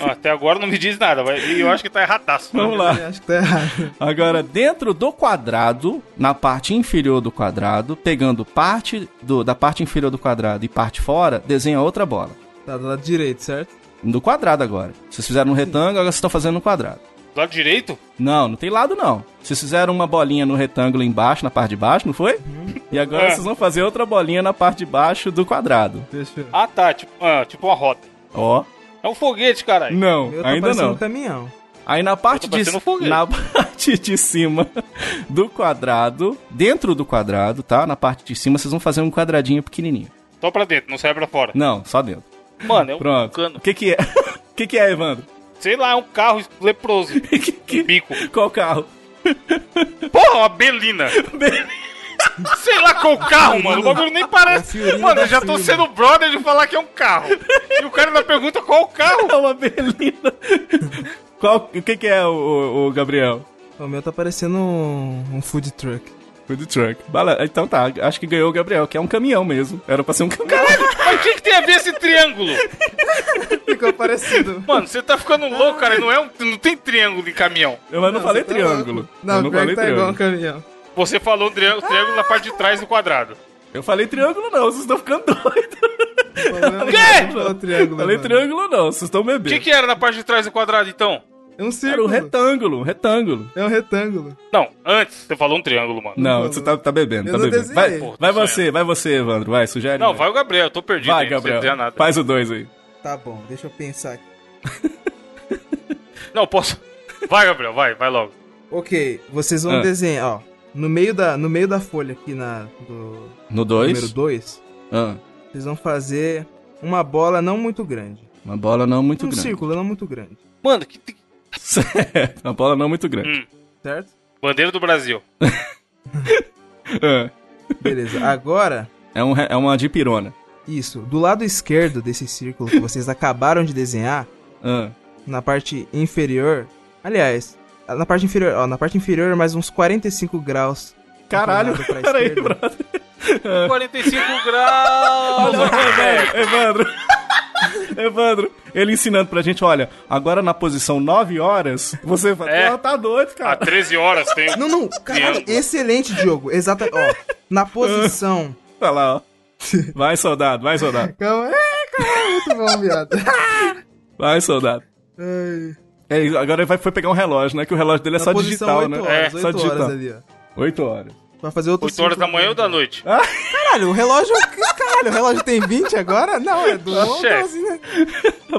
C: Ah, até agora não me diz nada, mas e eu acho que tá erradaço.
A: Vamos lá.
B: Eu Acho que tá errado.
A: Agora, dentro do quadrado, na parte inferior do quadrado, pegando parte do- da parte inferior do quadrado e parte fora, desenha outra bola.
B: Tá do lado direito, certo?
A: Do quadrado agora. Vocês fizeram um retângulo, agora vocês estão fazendo um quadrado.
C: Do lado direito?
A: Não, não tem lado não. Vocês fizeram uma bolinha no retângulo embaixo, na parte de baixo, não foi? E agora
C: É.
A: vocês vão fazer outra bolinha na parte de baixo do quadrado.
B: Deixa eu...
C: Ah, tá, tipo, ah, tipo uma roda.
A: Ó.
C: É um foguete, caralho.
A: Não,
B: Meu tá
A: ainda
B: parecendo
A: não.
B: um caminhão.
A: Aí na parte
C: Eu tô
A: de
C: parecendo um foguete.
A: na [LAUGHS] parte de cima do quadrado, dentro do quadrado, tá? Na parte de cima vocês vão fazer um quadradinho pequenininho.
C: Só pra dentro, não sai pra fora.
A: Não, só dentro.
C: Mano, é um
A: Pronto.
C: cano.
A: O que que é? [LAUGHS] O que que é, Evandro?
C: Sei lá, é um carro leproso. um
A: Que- [LAUGHS] que- é?
C: Bico.
A: Qual carro?
C: Porra, uma belina.
A: [LAUGHS]
C: Sei lá qual carro, mano. O bagulho nem parece.
B: É a Fiorina
C: Mano, eu já
B: da
C: tô
B: Fiorina.
C: sendo brother de falar que é um carro. E o cara ainda pergunta qual o carro.
A: É uma berlina. [LAUGHS] Qual, o que que é o, o- o Gabriel?
B: O meu tá parecendo um, um food truck.
A: Food truck. Bala- Então tá, acho que ganhou o Gabriel, que é um caminhão mesmo. Era pra ser um caminhão.
C: Mas o que, que tem a ver esse triângulo?
B: Ficou parecido.
C: Mano, você tá ficando louco, cara. Não, é um, não tem triângulo de caminhão.
A: Eu mas não, falei triângulo.
B: tá Não,
A: eu
B: não
A: não
B: pior
A: falei
B: que tá igual um
A: triângulo.
B: caminhão.
C: Você falou triângulo, triângulo na parte de trás do quadrado.
A: Eu falei triângulo não, vocês estão ficando [LAUGHS] doidos.
B: Quê? Falou triângulo.
A: Falei
B: mano.
A: triângulo não, vocês estão
C: O
A: bebendo.
C: que, que era na parte de trás do quadrado, então?
B: É um
A: Era
B: círculo.
A: um retângulo, um retângulo.
B: É um retângulo.
C: Não, antes você falou um triângulo, mano.
A: Não,
B: falou.
A: você tá, tá bebendo,
B: Eu
A: tá
B: não
A: bebendo. Vai,
B: desenhei.
C: Pô,
A: vai
C: tô
A: você, vai você, Evandro, vai, sugere.
C: Não, vai o Gabriel, eu tô perdido. aí,
A: Vai,
C: não sei
A: Gabriel.
C: desenhar nada.
A: Faz o dois aí.
B: Tá bom, deixa eu pensar aqui.
C: Não, posso. Vai, Gabriel, vai, vai logo.
B: Ok, vocês vão
A: Ah.
B: desenhar, ó. No meio, da, no meio da folha aqui na, do
A: No
B: número
A: dois.
B: 2,
A: Ah,
B: vocês vão fazer uma bola não muito grande.
A: uma bola não muito
B: um
A: grande.
B: círculo não muito grande,
C: Mano, que. que-
A: [LAUGHS] Certo, uma bola não muito grande.
C: Hum.
B: certo?
C: Bandeira do Brasil. Hum.
A: Ah,
B: Beleza, [LAUGHS] agora,
A: É, um, re- é uma dipirona.
B: isso. Do lado esquerdo desse círculo que vocês acabaram de desenhar,
A: Ah,
B: na parte inferior. Aliás, na parte inferior, ó, na parte inferior mais uns 45 graus.
A: Caralho,
B: inclinado pra
A: [LAUGHS] peraí,
B: esquerda.
A: brother. Ah.
C: 45 graus!
A: Olha, velho, Evandro. [LAUGHS] Evandro, ele ensinando pra gente, olha, agora na posição 9 horas, você vai.
C: É.
A: Ela tá doido,
C: Há
A: cara.
C: 13 horas tem. um
B: Não, não, caralho,
C: Triângulo.
B: excelente jogo. Exatamente, ó. Na
A: [LAUGHS]
B: posição.
A: Olha Tá lá, ó. Vai, soldado, vai, soldado.
B: Calma, é, caralho, muito bom, viado. [LAUGHS]
A: Vai, soldado.
B: Ai.
A: É, isso, agora ele vai, foi pegar um relógio, né? Que o relógio dele é
B: Na
A: só
B: posição
A: digital,
B: 8
A: né?
B: horas,
A: É,
B: 8
A: só digital.
B: horas ali, ó.
A: 8 horas. Ah,
B: Pra fazer outro
C: 8 horas da
B: círculo.
C: manhã ou da noite?
B: Caralho, o relógio. é Caralho, o relógio tem 20 agora? Não, é do
C: Oxe.
B: assim, né?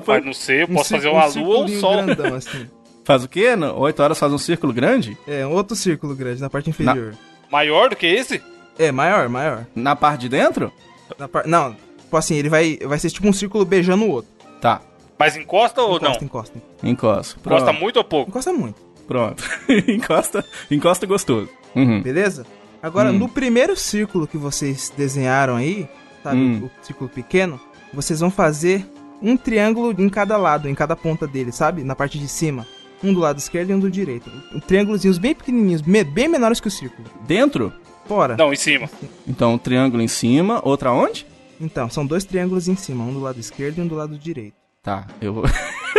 C: Mas não sei, eu
B: Um
C: posso
B: círculo-
C: fazer uma
B: um
C: lua ou um
B: circulinho
C: sol. [LAUGHS]
B: grandão, assim.
A: Faz o quê? 8 horas faz um círculo grande?
B: É, um outro círculo grande na parte inferior.
C: Maior do que esse?
B: É, maior, maior.
A: Na parte de dentro?
B: Na par- Não, tipo assim, ele vai, vai ser tipo um círculo beijando o outro.
A: Tá.
C: Mas encosta ou
B: encosta,
C: não?
B: encosta.
A: Encosta. Pronto.
C: Encosta muito ou pouco?
B: Encosta muito,
A: Pronto. [LAUGHS] encosta, encosta gostoso. Uhum.
B: beleza? Agora,
A: Hum.
B: no primeiro círculo que vocês desenharam aí, sabe,
A: Hum.
B: o círculo pequeno, vocês vão fazer um triângulo em cada lado, em cada ponta dele, sabe? Na parte de cima. Um do lado esquerdo e um do direito. Um triângulozinhos bem pequenininhos, me- bem menores que o círculo.
A: Dentro?
B: Fora.
C: Não, em cima.
A: Então, um triângulo em cima, outra onde?
B: Então, são dois triângulos em cima, um do lado esquerdo e um do lado direito.
A: Tá, eu vou. [LAUGHS]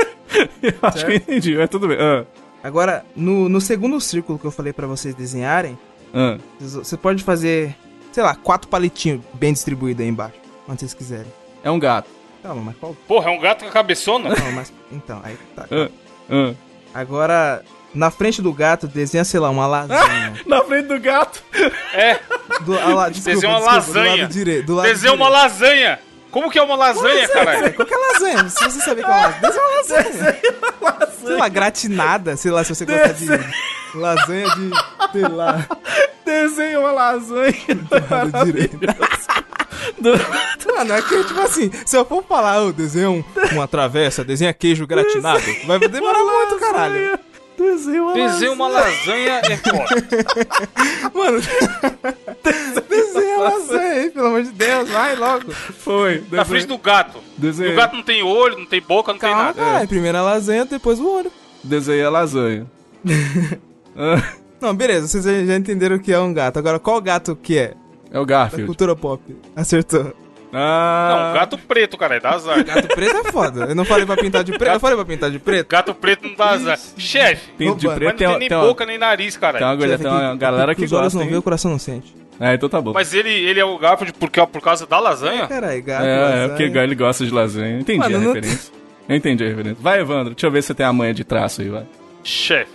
A: eu acho que eu entendi, mas tudo bem. Ah,
B: Agora, no, no segundo círculo que eu falei pra vocês desenharem,
A: ah.
B: vocês- você pode fazer, sei lá, quatro palitinhos bem distribuídos aí embaixo, onde vocês quiserem.
A: É um gato.
B: Calma, mas qual?
C: Porra, é um gato com a cabeçona?
B: Calma, mas. Então, aí tá.
A: Ah, ah.
B: Agora, Na frente do gato desenha, sei lá, uma lasanha.
C: [LAUGHS]
A: Na frente do gato.
B: [LAUGHS]
C: É,
B: Do, a, la, desculpa,
C: desenha uma
B: desculpa, Do
C: lasanha.
B: lado direito. Do lado
C: Desenha uma
B: direito.
C: lasanha. Como que é uma lasanha, caralho?
B: Qualquer lasanha, se você saber qual é lasanha, desenha uma
A: [LAUGHS]
B: lasanha. Sei lá, gratinada, sei lá, se você gosta de lasanha de, sei lá,
A: Desenha uma lasanha.
B: [LAUGHS] do lado direito. Mano, é que, tipo assim, se eu for falar, eu desenho um- uma travessa, desenha queijo gratinado, vai demorar muito, caralho.
A: Desenha uma
C: Desenha uma lasanha é foda.
A: [LAUGHS]
B: Mano, desenha lasanha aí, pelo amor de Deus, vai logo.
A: Foi.
C: Na frente do gato.
A: Desenha.
C: O gato não tem olho, não tem boca, não tem
B: Calma, é.
C: nada.
B: cara, primeiro a Ah, lasanha, depois o olho.
A: Desenha a lasanha. Ah,
B: Não, beleza, vocês já- já entenderam o que é um gato. Agora, qual gato que é?
A: [LAUGHS] é o
B: Da
A: Garfield.
B: cultura pop. Acertou.
A: Ah,
C: Não, um gato preto, cara, dá
B: [LAUGHS]
C: azar.
B: Gato preto é foda. Eu não falei pra pintar de preto. Eu falei pra pintar de preto.
C: Gato preto não dá azar. Chefe,
A: Pinto de
B: Opa,
A: preto
C: mas
A: tem,
C: não tem nem
A: tem uma-
C: boca, nem nariz,
A: tem
C: cara.
A: uma, tem uma galera que
B: Os olhos
A: gosta.
B: não
A: hein?
B: vê, o coração não sente.
A: É, então tá bom.
C: Mas ele, ele é o Garfield porque, por causa da lasanha?
B: Caralho, gato.
A: É, é,
B: lasanha.
A: porque ele gosta de lasanha. Entendi
B: Mano,
A: a
B: não-
A: referência. Eu entendi a referência. Vai, Evandro, deixa eu ver se você tem a manha de traço aí, vai.
C: [LAUGHS] Chefe,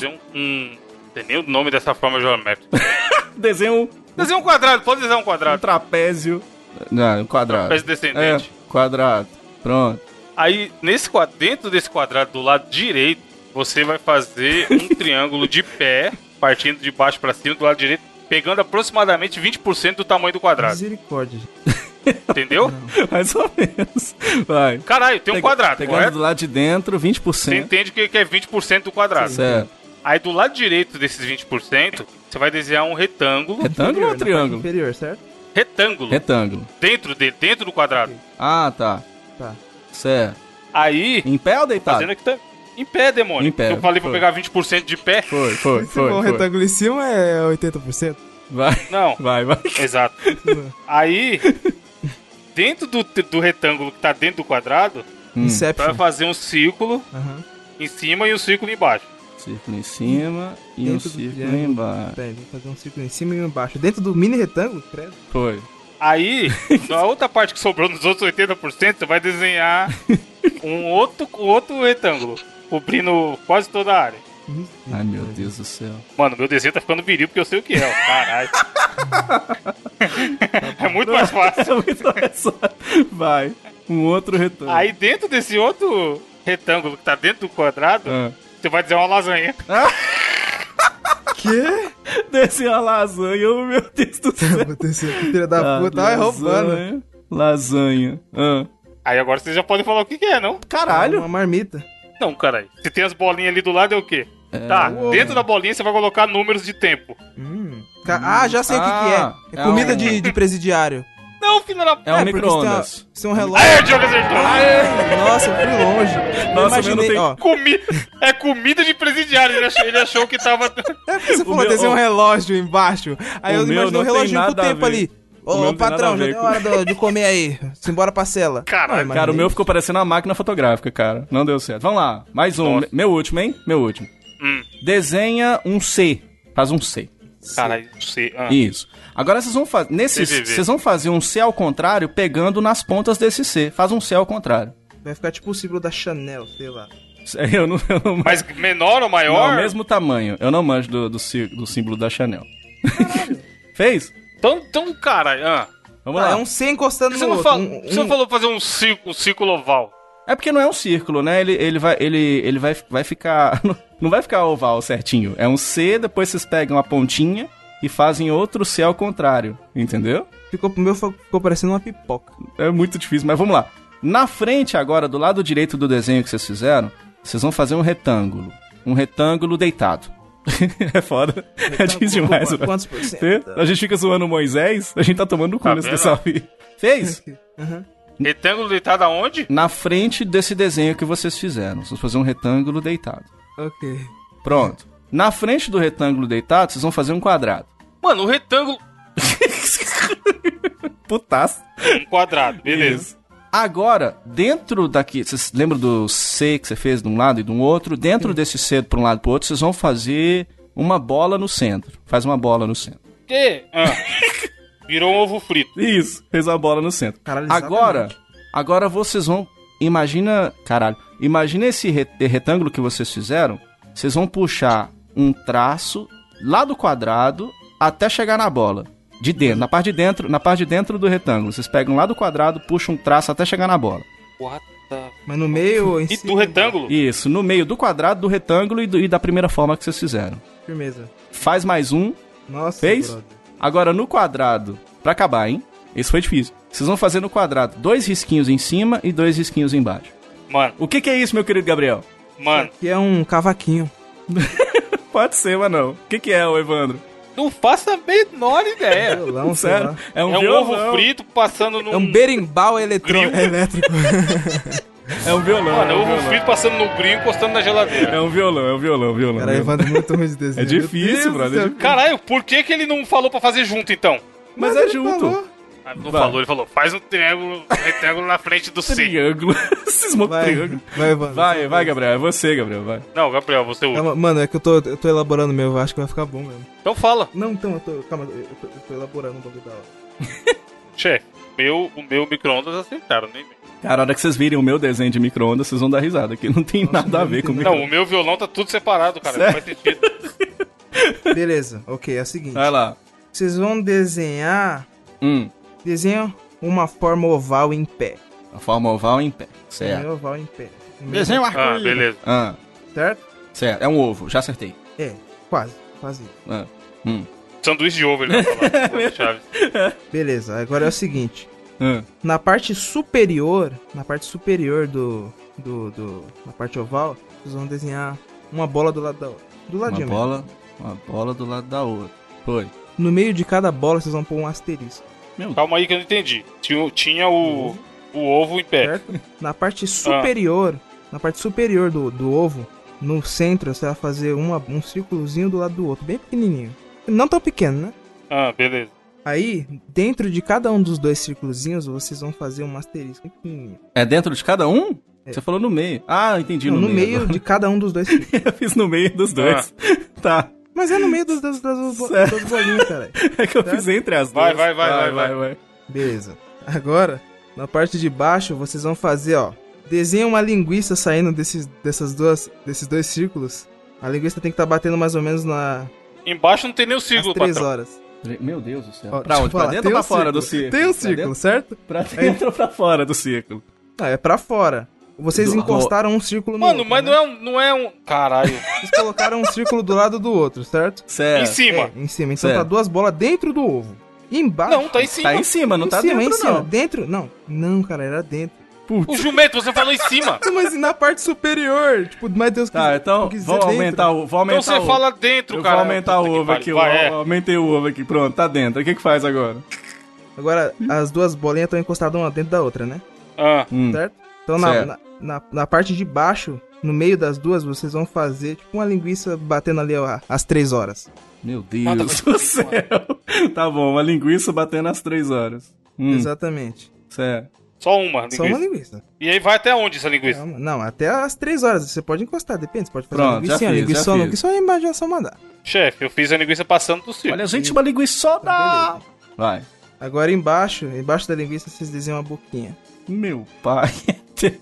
C: tem um... um- Não tem nem o nome dessa forma geométrica. [LAUGHS]
A: Desenha um,
C: Desenha um quadrado, pode desenhar um quadrado.
A: trapézio. Não, um quadrado.
C: Trapézio descendente.
A: É, quadrado. Pronto.
C: Aí, nesse quadro, dentro desse quadrado do lado direito, você vai fazer [LAUGHS] um triângulo de pé, partindo de baixo pra cima do lado direito, pegando aproximadamente 20% do tamanho do quadrado,
B: Misericórdia.
C: entendeu?
A: [LAUGHS] Mais ou menos. Vai.
C: Caralho, tem um
A: Pega-
C: quadrado,
A: Pegando
C: correto?
A: do lado de dentro,
C: Você
A: 20%.
C: entende que que é 20% do quadrado.
A: Certo.
C: Aí do lado direito desses 20%, você vai desenhar um retângulo,
A: Retângulo ou
B: Inferior, na parte
A: um triângulo?
B: Inferior, certo?
C: retângulo,
A: Retângulo.
C: dentro dele, dentro do quadrado.
A: Ah, tá.
B: Tá.
A: Certo.
C: Aí,
A: é Em pé ou deitado?
C: fazendo aqui tá em pé, demônio. Então
A: Em pé,
C: Eu falei pra
A: foi.
C: pegar 20% de
A: [LAUGHS]
C: pé.
A: Foi, foi,
B: Se for um
A: foi. foi.
B: retângulo em cima, é 80%.
A: Vai.
C: Não.
A: Vai, vai.
C: Exato. Aí, dentro do, do retângulo que tá dentro do quadrado,
A: Hum.
C: você vai
B: Inception.
C: fazer um círculo
B: Aham.
C: em cima e um círculo embaixo.
A: é Círculo em cima e um
B: Dentro do
A: círculo
B: triângulo.
A: embaixo.
B: Pera, aí, vou fazer um círculo em cima e um embaixo. Dentro do mini retângulo, credo.
A: Foi. [LAUGHS]
C: Aí, na outra parte que sobrou nos outros 80%, você vai desenhar um outro, um outro retângulo, cobrindo quase toda a área.
A: Ai, meu Deus do céu.
C: Mano, meu desenho tá ficando viril porque eu sei o que é, ó. Caralho. [LAUGHS] é muito mais fácil.
A: [LAUGHS] É muito engraçado. Vai. Um outro retorno.
C: Aí, dentro desse outro retângulo que tá dentro do quadrado,
A: Ah.
C: você vai desenhar uma lasanha.
B: Que?
A: Desenha a lasanha, oh, meu Deus do [LAUGHS] céu. Ah,
B: Aconteceu. Filha
A: Tá
B: da puta, vai roubando.
A: Lasanha. Lasanha. Ah.
C: Aí agora vocês já podem falar o que que é, não?
A: Caralho.
B: Uma marmita.
C: Não, caralho. Se tem as bolinhas ali do lado, é o quê? Tá, dentro da bolinha você vai colocar números de tempo.
B: Hum. Ca- Ah, já sei o que que, é.
A: Ah,
B: É
A: é
B: comida
A: um-
B: de, de presidiário.
C: Não, filho da p.
A: É
B: porque
A: um
B: se tem
A: micro-ondas.
B: uma- Se tem um relógio.
C: Aê, Diogo acertou!
B: Nossa, eu fui longe.
A: Nossa,
B: eu
A: o meu não
B: imaginei,
A: tem-
B: ó.
C: Comi... É comida de presidiário. Ele achou, ele achou que [LAUGHS] tava.
B: É porque você falou,
A: meu-
B: desenha um
A: ó.
B: relógio embaixo. Aí
A: O
B: eu
A: meu
B: imaginei
A: não
B: um
A: tem
B: reloginho com o
A: nada a
B: tempo
A: ver.
B: ali.
A: O meu
B: Ô,
A: não tem nada
B: patrão,
A: a
B: já
A: ver
B: deu
A: com-
B: hora do- de comer aí. Simbora pra cela.
C: Caralho.
B: Não, eu
A: Cara, o
B: imaginei-
A: meu ficou parecendo uma máquina fotográfica, cara. Não deu certo. Vamos lá. Mais um.
C: Nossa.
A: Me- Meu último, hein? Meu último.
C: Hum.
A: Desenha um C. Faz um C.
C: Caralho, não sei. Ah.
A: Isso. Agora vocês vão fazer. Nesses.
C: CVV.
A: Vocês vão fazer um C ao contrário, pegando nas pontas desse C. Faz um C ao contrário.
B: Vai ficar tipo o símbolo da Chanel, sei lá.
A: Eu não, eu não
C: Mas menor ou maior?
A: Não, é mesmo tamanho. Eu não manjo do, do, cí- do símbolo da Chanel. [LAUGHS] Fez?
C: Então, então caralho. Ah.
A: Vamos
B: Ah,
A: lá.
B: é
A: É,
B: um C encostando
C: Você,
B: no
C: não
B: outro.
C: fala-
B: um-
C: você não
B: um-
C: falou fazer um círculo, um círculo oval.
A: porque não é um círculo, né? Ele, ele, vai, ele, ele vai, vai ficar. [LAUGHS] Não vai ficar oval certinho. É um C, depois vocês pegam a pontinha e fazem outro C ao contrário. Entendeu?
B: Ficou, o meu fo- ficou parecendo uma pipoca.
A: É muito difícil, mas vamos lá. Na frente agora, do lado direito do desenho que vocês fizeram, vocês vão fazer um retângulo. Um retângulo deitado. [LAUGHS] é foda.
B: Tá
A: É difícil demais, né?
B: Quantos, quantos
A: [LAUGHS] velho.
B: por cento?
A: Vê? A gente fica zoando o Moisés, a gente tá tomando cu
C: Tá
A: nesse
C: vendo?
A: dessa vida. [LAUGHS] Fez?
B: Aham.
C: Retângulo deitado aonde?
A: Na frente desse desenho que vocês fizeram. Vocês vão fazer um retângulo deitado.
B: Ok.
A: Pronto. Na frente do retângulo deitado, vocês vão fazer um quadrado.
C: Mano, o retângulo.
A: Putaço.
C: Um quadrado, beleza.
A: Agora, dentro daqui, vocês lembram do C que você fez de um lado e de um outro? Dentro desse C para um lado e pro outro, vocês vão fazer uma bola no centro. Faz uma bola no centro.
C: Que? Ah. Virou um ovo frito.
A: Isso, fez uma bola no centro.
B: Caralho, exatamente.
A: Agora, agora vocês vão. Imagina. Caralho. Imagina esse re- retângulo que vocês fizeram. Vocês vão puxar um traço lá do quadrado até chegar na bola. De dentro, na parte de dentro, na parte de dentro do retângulo. Vocês pegam lá do quadrado, puxam um traço até chegar na bola.
C: What the-
B: Mas no meio ou em
C: E
B: cima?
C: do retângulo?
A: Isso, no meio do quadrado, do retângulo e, do- e da primeira forma que vocês fizeram.
B: Firmeza.
A: Faz mais um,
B: Nossa,
A: Fez?
B: brother.
A: Agora no quadrado, pra acabar, hein? Esse foi difícil. Vocês vão fazer no quadrado dois risquinhos em cima e dois risquinhos embaixo.
C: Mano,
A: O que, que é isso, meu querido Gabriel?
C: mano,
B: Que é um cavaquinho.
A: Pode ser, mas não. O que, que é, ô Evandro?
C: não faça a menor
B: [LAUGHS]
C: ideia.
B: Violão, sei
A: Sério?
B: lá.
A: É um,
C: É um
A: violão.
C: ovo frito passando num.
B: É um berimbau eletrô... elétrico.
A: É um violão.
C: Mano,
A: é
C: é
A: um
C: ovo
A: violão.
C: frito passando no brinco, encostando na geladeira.
A: É um violão, é um violão, é um violão.
B: Cara, Evandro é muito ruim de
A: É
B: desenho.
A: difícil,
B: Meu Deus do
A: brother.
B: céu.
C: Caralho, por que, que ele não falou pra fazer junto então?
A: Mas, é
B: ele
A: junto.
B: falou.
C: Ah, Não
A: Vai.
C: falou, ele falou, faz um triângulo, um retângulo na frente
B: [LAUGHS]
C: do C.
A: Triângulo. [LAUGHS] Cismou com
B: Vai,
A: triângulo.
B: vai, Evandro.
A: Vai, vai, Gabriel. É você, Gabriel. Vai.
C: Não, Gabriel, você usa.
B: Calma, mano, é que eu tô, eu tô elaborando meu, eu acho que vai ficar bom mesmo.
C: Então fala.
B: Não, então, eu tô. Calma, eu tô, eu tô elaborando um bagulho da hora.
C: Chefe, meu, o meu micro-ondas acertaram, nem
A: Cara, a hora que vocês virem o meu desenho de micro-ondas, vocês vão dar risada, que não tem nada a ver comigo.
C: Não, o meu violão tá tudo separado, cara. Não faz sentido.
B: Beleza, ok, é o seguinte.
A: Vai lá.
B: Vocês vão desenhar.
A: Hum.
B: Desenha uma forma oval em pé.
A: A forma oval em pé. Certo.
B: Desenha oval em pé.
A: Desenho
C: Ah,
A: arco-íris.
C: beleza.
A: Ah,
B: Certo?
A: certo. É um ovo, já acertei.
B: É, quase, quase. isso.
A: Ah, hum.
C: Sanduíche de ovo, ele vai
B: [LAUGHS]
C: falar. Chaves.
B: Beleza, agora é o seguinte.
A: Ah,
B: Na parte superior, na parte superior do. do. do na parte oval, vocês vão desenhar uma bola do lado da outra. Do
A: uma
B: ladinho mesmo.
A: bola, uma bola do lado da outra. Foi.
B: No meio de cada bola, vocês vão pôr um asterisco.
C: Calma aí que eu não entendi. Tinha, o- tinha o, o ovo em pé.
B: Uhum. certo? Na parte superior, na parte superior do, do ovo, no centro, você vai fazer uma- um círculozinho do lado do outro, bem pequenininho. Não tão pequeno, né?
C: Ah, beleza.
B: Aí, dentro de cada um dos dois círculozinhos, vocês vão fazer um asterisco bem pequenininho.
A: É dentro de cada um?
B: É.
A: Você falou no meio. Ah, entendi.
B: Não,
A: no, meio. agora.
B: de cada um dos dois círculos.
A: [LAUGHS] Eu fiz no meio
C: Ah.
A: dos dois. [LAUGHS] Tá.
B: Mas é no meio dos, dos, dos, dos,
A: [LAUGHS] Certo.
B: dos bolinhos, cara.
A: É que eu
B: Tá.
A: fiz entre as
C: Vai,
A: duas.
C: vai, vai, vai,
B: Beleza. Agora, na parte de baixo, vocês vão fazer, ó. Desenha uma linguiça saindo desses, dessas duas, desses dois círculos. A linguiça tem que estar batendo mais ou menos na,
C: Embaixo não tem nem o
B: às
C: círculo,
B: três
C: patrão.
B: horas.
A: Meu Deus do céu.
B: Ó,
A: pra
B: deixa eu
A: onde? Pra
B: falar,
A: dentro
B: tem
A: ou pra
B: um
A: fora do
B: círculo.
A: círculo?
B: Tem um
A: Pra dentro-
B: círculo, certo?
A: Pra dentro ou pra fora do círculo?
B: Não, é pra fora. Vocês
A: Do- ah,
B: encostaram um círculo no
C: Mano,
B: outro,
C: mas
B: né?
C: não é um. Não é um... Caralho.
B: Vocês colocaram um círculo do lado do outro, certo?
A: Certo.
C: Em cima.
B: É, em cima. Então
A: Certo.
B: tá duas bolas dentro do ovo. E embaixo...
C: Não, tá em cima.
A: Tá em cima, não
B: É. em
A: tá
B: cima,
A: dentro,
B: em cima.
A: não.
B: Dentro? Não. Não, cara, era dentro.
C: O jumento, você falou em cima.
B: Mas e assim, na parte superior? Tipo, mas Deus
A: Tá, então
B: quis dizer
A: vamos
B: dentro.
A: aumentar o. Vou aumentar
C: Então você
A: o...
C: fala dentro,
A: Eu
C: cara.
A: vou aumentar
C: Puta
A: o
C: que
A: ovo
C: pariu.
A: aqui. Eu
C: Vai, é.
A: aumentei o ovo aqui. Pronto, tá dentro. O que que faz agora?
B: Agora, as duas bolinhas estão encostadas uma dentro da outra, né?
C: Ah,
A: Hum.
B: Certo? Então, na,
A: Certo.
B: na, na, na parte de baixo, no meio das duas, vocês vão fazer tipo uma linguiça batendo ali ó, às três horas.
A: Meu [LAUGHS] Deus do céu. Tá bom, uma linguiça batendo às três horas. Hum, é.
B: Exatamente.
A: certo.
C: só uma linguiça.
B: Só uma linguiça.
C: E aí vai até onde essa linguiça?
B: Calma. Não, até às três horas. Você pode encostar, depende. Você pode fazer
A: Pronto,
B: uma linguiça,
A: já
B: uma
A: fiz, já
B: linguiça, uma
A: fiz.
B: linguiça, a imaginação mandar.
C: Chefe, eu fiz a linguiça passando do círculo.
A: Olha, gente, uma linguiçona. Vai.
B: Agora embaixo, embaixo da linguiça, vocês desenham uma boquinha.
A: Meu pai. [LAUGHS]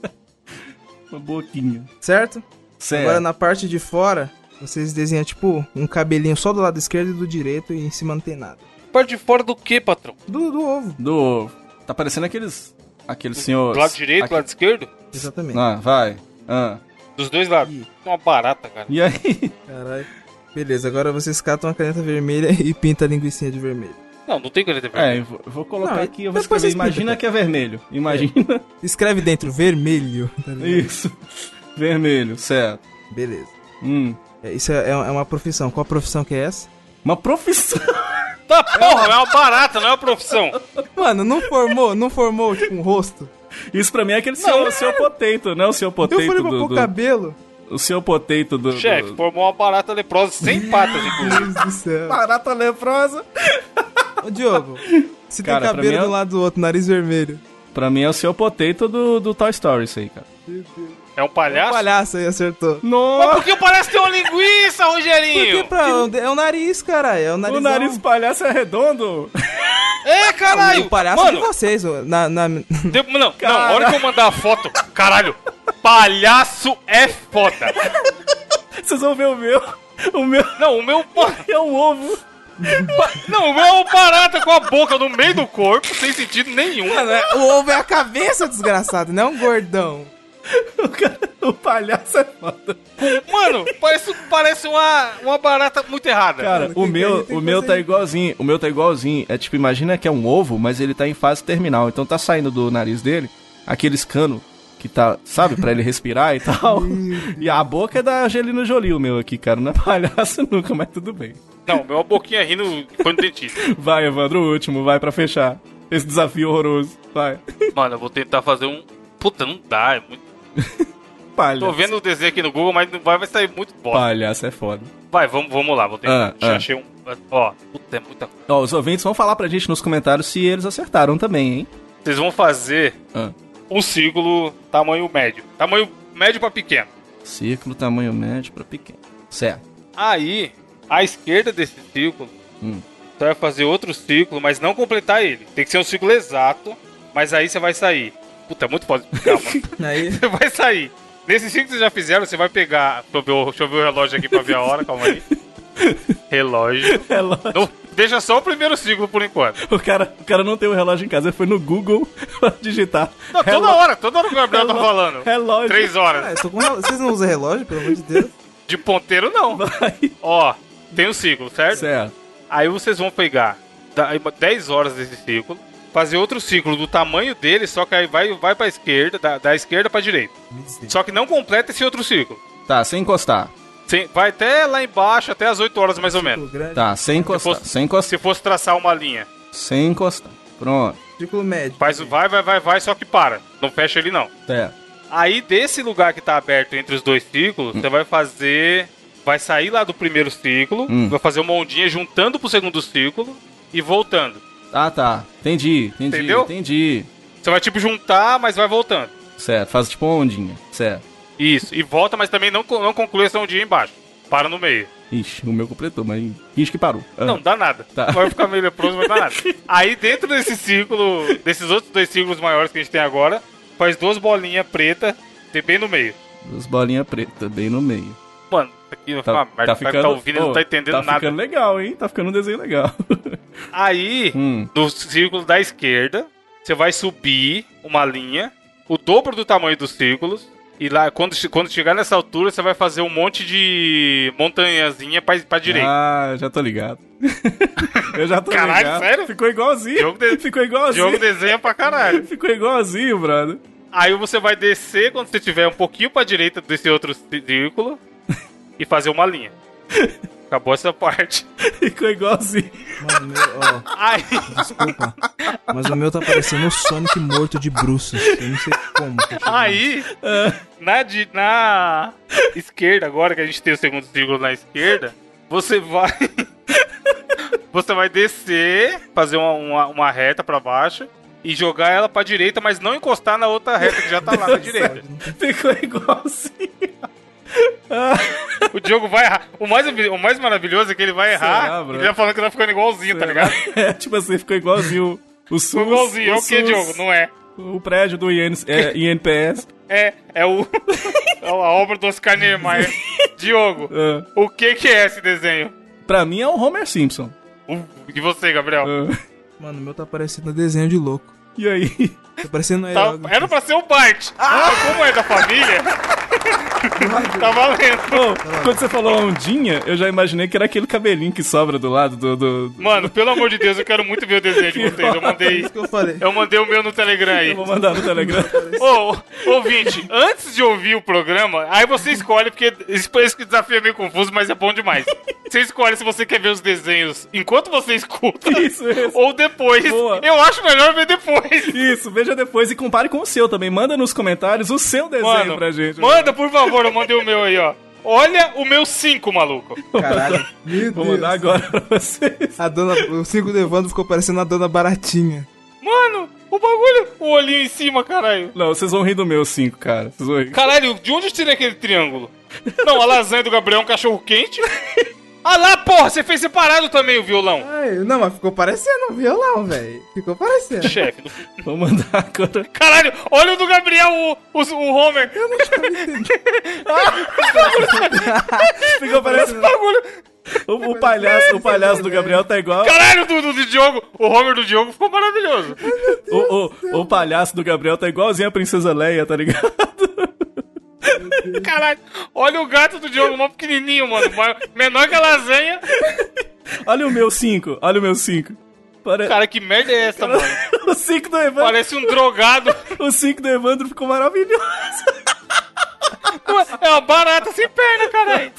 A: uma boquinha. é
B: Certo?
A: Certo.
B: Agora na parte de fora, vocês desenham tipo um cabelinho só do lado esquerdo e do direito e em cima não tem nada.
C: Parte de fora do que, patrão?
B: Do, do ovo,
A: Do. Tá parecendo aqueles. Aqueles senhores.
C: Do lado direito, do
A: Aque-
C: lado esquerdo?
B: exatamente.
A: Ah, vai. Ah.
C: Dos dois lados.
B: Ih.
C: Uma barata, cara.
B: [LAUGHS]
A: E aí?
B: Caralho. Beleza, agora vocês catam a caneta vermelha [LAUGHS] e pintam a linguiça de vermelho.
C: Não, não tem caneta
A: É,
C: vermelha.
A: eu vou, eu vou colocar
B: Não,
A: aqui, eu vou
B: depois
A: escrever.
B: explica,
A: Imagina
B: cara.
A: que é vermelho. Imagina.
B: Escreve dentro, vermelho. tá ligado?
A: [LAUGHS] Isso. Vermelho, certo.
B: Beleza.
A: Hum.
B: É, Isso é, é uma profissão. Qual profissão que é essa?
A: Uma profissão. [LAUGHS]
C: Tá porra, é uma barata, não é uma profissão.
B: Mano, não formou, não formou, tipo, um rosto.
A: Isso pra mim é aquele seu, seu potato, né? O seu
B: Eu
A: potato
B: falei pra
A: do.
B: pôr
A: do-
B: cabelo.
A: O seu potato do.
C: Chefe,
A: do-
C: formou uma barata leprosa sem patas,
B: Meu
C: inclusive.
B: Deus do céu.
A: Barata leprosa.
B: [LAUGHS] Ô, Diogo, se
A: Cara, pra
B: tem cabelo
A: mim é-
B: do lado do outro, nariz vermelho.
A: Pra mim é o seu potato do, do Toy Story, isso aí, cara.
C: É um palhaço?
B: Palhaço aí, acertou.
C: Mas
A: Nossa!
C: por que o palhaço tem uma linguiça,
B: Porque
C: Rogerinho?
B: pra... é o nariz, cara. É o nariz.
A: O nariz palhaço é redondo! [LAUGHS]
C: É, caralho!
B: O palhaço
C: Mano,
B: de vocês. o- Na, na... [LAUGHS] Não,
C: tem- não, não, a hora que eu mandar a foto, caralho, palhaço é foda.
A: Vocês vão ver o meu. O meu
C: Não, o meu.
A: é um ovo.
C: Não, o meu é um barata com a boca no meio do corpo, sem sentido nenhum.
A: Ah,
B: Mano,
A: né?
B: é- o ovo é a cabeça, desgraçado, não gordão.
A: O, cara, o palhaço é foda.
C: Mano, parece, parece uma, uma barata muito errada.
A: Cara, o
B: que que a
A: meu,
B: gente tem
A: o
B: que
A: meu
B: fazer
A: tá
B: isso?
A: igualzinho. O meu tá igualzinho. É tipo, imagina que é um ovo, mas ele tá em fase terminal. Então tá saindo do nariz dele aqueles cano que tá, sabe, pra ele respirar e [LAUGHS] tal. e a boca é da Angelina Jolie, o meu aqui, cara. Não é palhaço [LAUGHS] nunca, mas tudo bem.
C: Não, meu a boquinha rindo foi no dentista.
A: Vai, Evandro, o último, vai pra fechar. Esse desafio horroroso. Vai. [LAUGHS]
C: Mano, eu vou tentar fazer um. Puta, não dá. É muito...
A: Palhaço.
C: Tô vendo o desenho aqui no Google, mas não vai, vai sair muito bosta.
A: Palhaço é foda.
C: Vai, vamos, vamos lá, vou tentar.
A: Ah,
C: Já
A: ah.
C: achei um. Ó, puta, é muita coisa.
A: Ó, os ouvintes vão falar pra gente nos comentários se eles acertaram também, hein?
C: Vocês vão fazer
A: Ah.
C: um círculo tamanho médio. Tamanho médio pra pequeno.
A: Círculo, tamanho médio pra pequeno. Certo.
C: Aí, à esquerda desse círculo,
A: Hum.
C: você vai fazer outro círculo, mas não completar ele. Tem que ser um círculo exato, mas aí você vai sair. Puta, é
A: [LAUGHS]
C: muito fácil explicar, mano.
B: Aí,
C: Você vai sair. Nesse círculo que vocês já fizeram, você vai pegar. Deixa eu ver, o- deixa eu ver o relógio aqui pra ver a hora, calma
A: [LAUGHS]
C: aí. Relógio.
A: Relógio.
C: Não, deixa só o primeiro círculo por enquanto.
A: O cara, o cara não tem o relógio em casa, ele foi no Google [LAUGHS] pra digitar.
C: Não, toda
A: Reló-
C: hora, toda hora que o Gabriel tá
A: reló-
C: falando.
A: Relógio.
C: Três horas.
B: ah, eu tô com relo- vocês não usam relógio, pelo amor de Deus?
C: De ponteiro, não.
A: [LAUGHS] Vai.
C: Ó, tem um círculo, certo?
A: Certo.
C: Aí vocês vão pegar da- 10 horas desse círculo, fazer outro círculo do tamanho dele, só que aí vai, vai pra esquerda, da, da esquerda pra direita. Só que não completa esse outro círculo.
A: Tá, sem encostar.
C: Sem- vai até lá embaixo, até as 8 horas mais ou menos.
B: Círculo grande,
A: Tá, sem encostar.
C: fosse-
A: Sem encostar.
C: Se fosse traçar uma linha.
A: Sem encostar. Pronto.
B: círculo médio.
C: Faz, o- vai, vai, vai, vai, só que para. Não fecha ele, não.
A: Certo.
C: Aí, desse lugar que tá aberto entre os dois círculos, você vai fazer. Vai sair lá do primeiro círculo,
A: Hum.
C: vai fazer uma ondinha juntando pro segundo círculo e voltando.
A: Ah, tá. Entendi, entendi,
C: Entendeu?
A: entendi.
C: Você vai tipo juntar, mas vai voltando.
A: Certo, faz tipo uma ondinha. Certo.
C: Isso, e volta, mas também não, co- não conclui essa ondinha embaixo. Para no meio.
A: Ixi, o meu completou, mas finge que parou. Ah,
C: Não, dá nada.
A: Tá.
C: Vai ficar meio leproso, mas dá
A: [LAUGHS]
C: nada. Aí dentro desse círculo, desses outros dois círculos maiores que a gente tem agora, faz duas bolinhas pretas, tem bem no meio.
A: Duas bolinhas pretas, bem no meio.
C: Mano, isso aqui vai ficar uma merda. Vai ficar ouvindo e não
A: pô,
C: tá entendendo
A: tá
C: nada.
A: ficando legal, hein? Tá ficando um desenho legal.
C: Aí,
A: Hum.
C: no círculo da esquerda, você vai subir uma linha, o dobro do tamanho dos círculos, e lá, quando, che- quando chegar nessa altura, você vai fazer um monte de montanhazinha pra, pra direita.
A: Ah, já
C: [LAUGHS]
A: tô ligado. Eu já tô
C: Caralho,
A: ligado.
C: sério?
A: Ficou igualzinho.
C: Jogo de-
A: Ficou igualzinho.
C: Jogo desenha pra caralho.
A: Ficou igualzinho, brother.
C: Aí você vai descer quando você tiver um pouquinho pra direita desse outro círculo e fazer uma linha. Acabou essa parte.
A: Ficou igualzinho.
B: Mano, meu, ó,
C: Aí,
B: desculpa. Mas o meu tá parecendo o Sonic morto de bruços. Eu não sei como. que eu cheguei.
C: aí na, di- na esquerda, agora que a gente tem o segundo círculo na esquerda, você vai. Você vai descer, fazer uma, uma, uma reta pra baixo e jogar ela pra direita, mas não encostar na outra reta que já tá lá na direita.
A: Ficou igualzinho.
C: O Diogo vai errar. O mais, o mais maravilhoso é que ele vai errar.
A: Será, bro?
C: ele vai falando que tá ficando igualzinho, tá ligado?
A: É, tipo assim, ficou igualzinho. O SUS.
C: Ficou igualzinho, é o que,
A: SUS,
C: Diogo? Não é.
A: O prédio do IN, é, INPS.
C: É, é o. [LAUGHS] é a obra do Oscar
A: [LAUGHS]
C: Niemeyer. Diogo,
A: Ah,
C: o que que é esse desenho?
A: pra mim é o Homer Simpson.
C: O- E você, Gabriel?
A: Ah,
B: Mano, o meu tá parecendo desenho de louco.
A: e aí? [LAUGHS]
B: Tá parecendo
C: Tá-
B: herói.
A: é
C: era pra ser o Bart.
A: Ah!
C: Mas como é da
A: [LAUGHS]
C: família, tá valendo.
A: Pô, quando você falou ondinha, eu já imaginei que era aquele cabelinho que sobra do lado do. do- do-
C: Mano, pelo amor de Deus, eu quero muito ver o desenho de vocês. Eu mandei.
B: Isso que eu falei.
C: Eu mandei o meu no Telegram aí.
A: Eu vou mandar
C: [LAUGHS]
A: no Telegram.
C: Ô, ouvinte, antes de ouvir o programa, aí você escolhe, porque esse esse desafio é meio confuso, mas é bom demais. Você escolhe se você quer ver os desenhos enquanto você escuta
A: Isso, isso.
C: ou depois.
A: Boa.
C: Eu acho melhor ver depois.
A: Isso, veja depois e compare com o seu também. Manda nos comentários o seu desenho
C: Mano,
A: pra gente.
C: manda, por favor, eu mandei o meu aí, ó. Olha o meu 5, maluco.
B: Caralho. Meu
A: Vou mandar
B: Deus.
A: agora pra vocês.
B: A dona, o cinco do Evandro ficou parecendo a dona Baratinha.
C: Mano, o bagulho, o olhinho em cima, caralho.
A: Não, vocês vão rir do meu 5, cara. Vocês vão rir.
C: Caralho, de onde eu tirei aquele triângulo? Não, a lasanha do Gabriel é um cachorro quente. Ah lá, porra, você fez separado também o violão.
B: Ai, não, mas ficou parecendo um violão, velho. Ficou parecendo.
C: Chefe. do-
A: Vou mandar agora.
C: Caralho, olha o do Gabriel, o, o, o Homer.
B: Eu não tava entendendo.
A: Ficou parecendo.
C: Bagulho.
A: O, o palhaço, o palhaço do Gabriel tá igual.
C: Caralho, do, do, do Diogo. O Homer do Diogo ficou maravilhoso.
A: O, o, o palhaço do Gabriel tá igualzinho a Princesa Leia, tá ligado? [LAUGHS]
C: Caralho, olha o gato do Diogo, mó pequenininho, mano. maior- Menor que a lasanha.
A: Olha o meu 5, olha o meu 5. Pare...
C: Cara, que merda é essa, mano?
A: [LAUGHS] O 5 do Evandro.
C: Parece um drogado.
A: O 5 do Evandro ficou maravilhoso.
C: É uma barata sem perna, caralho.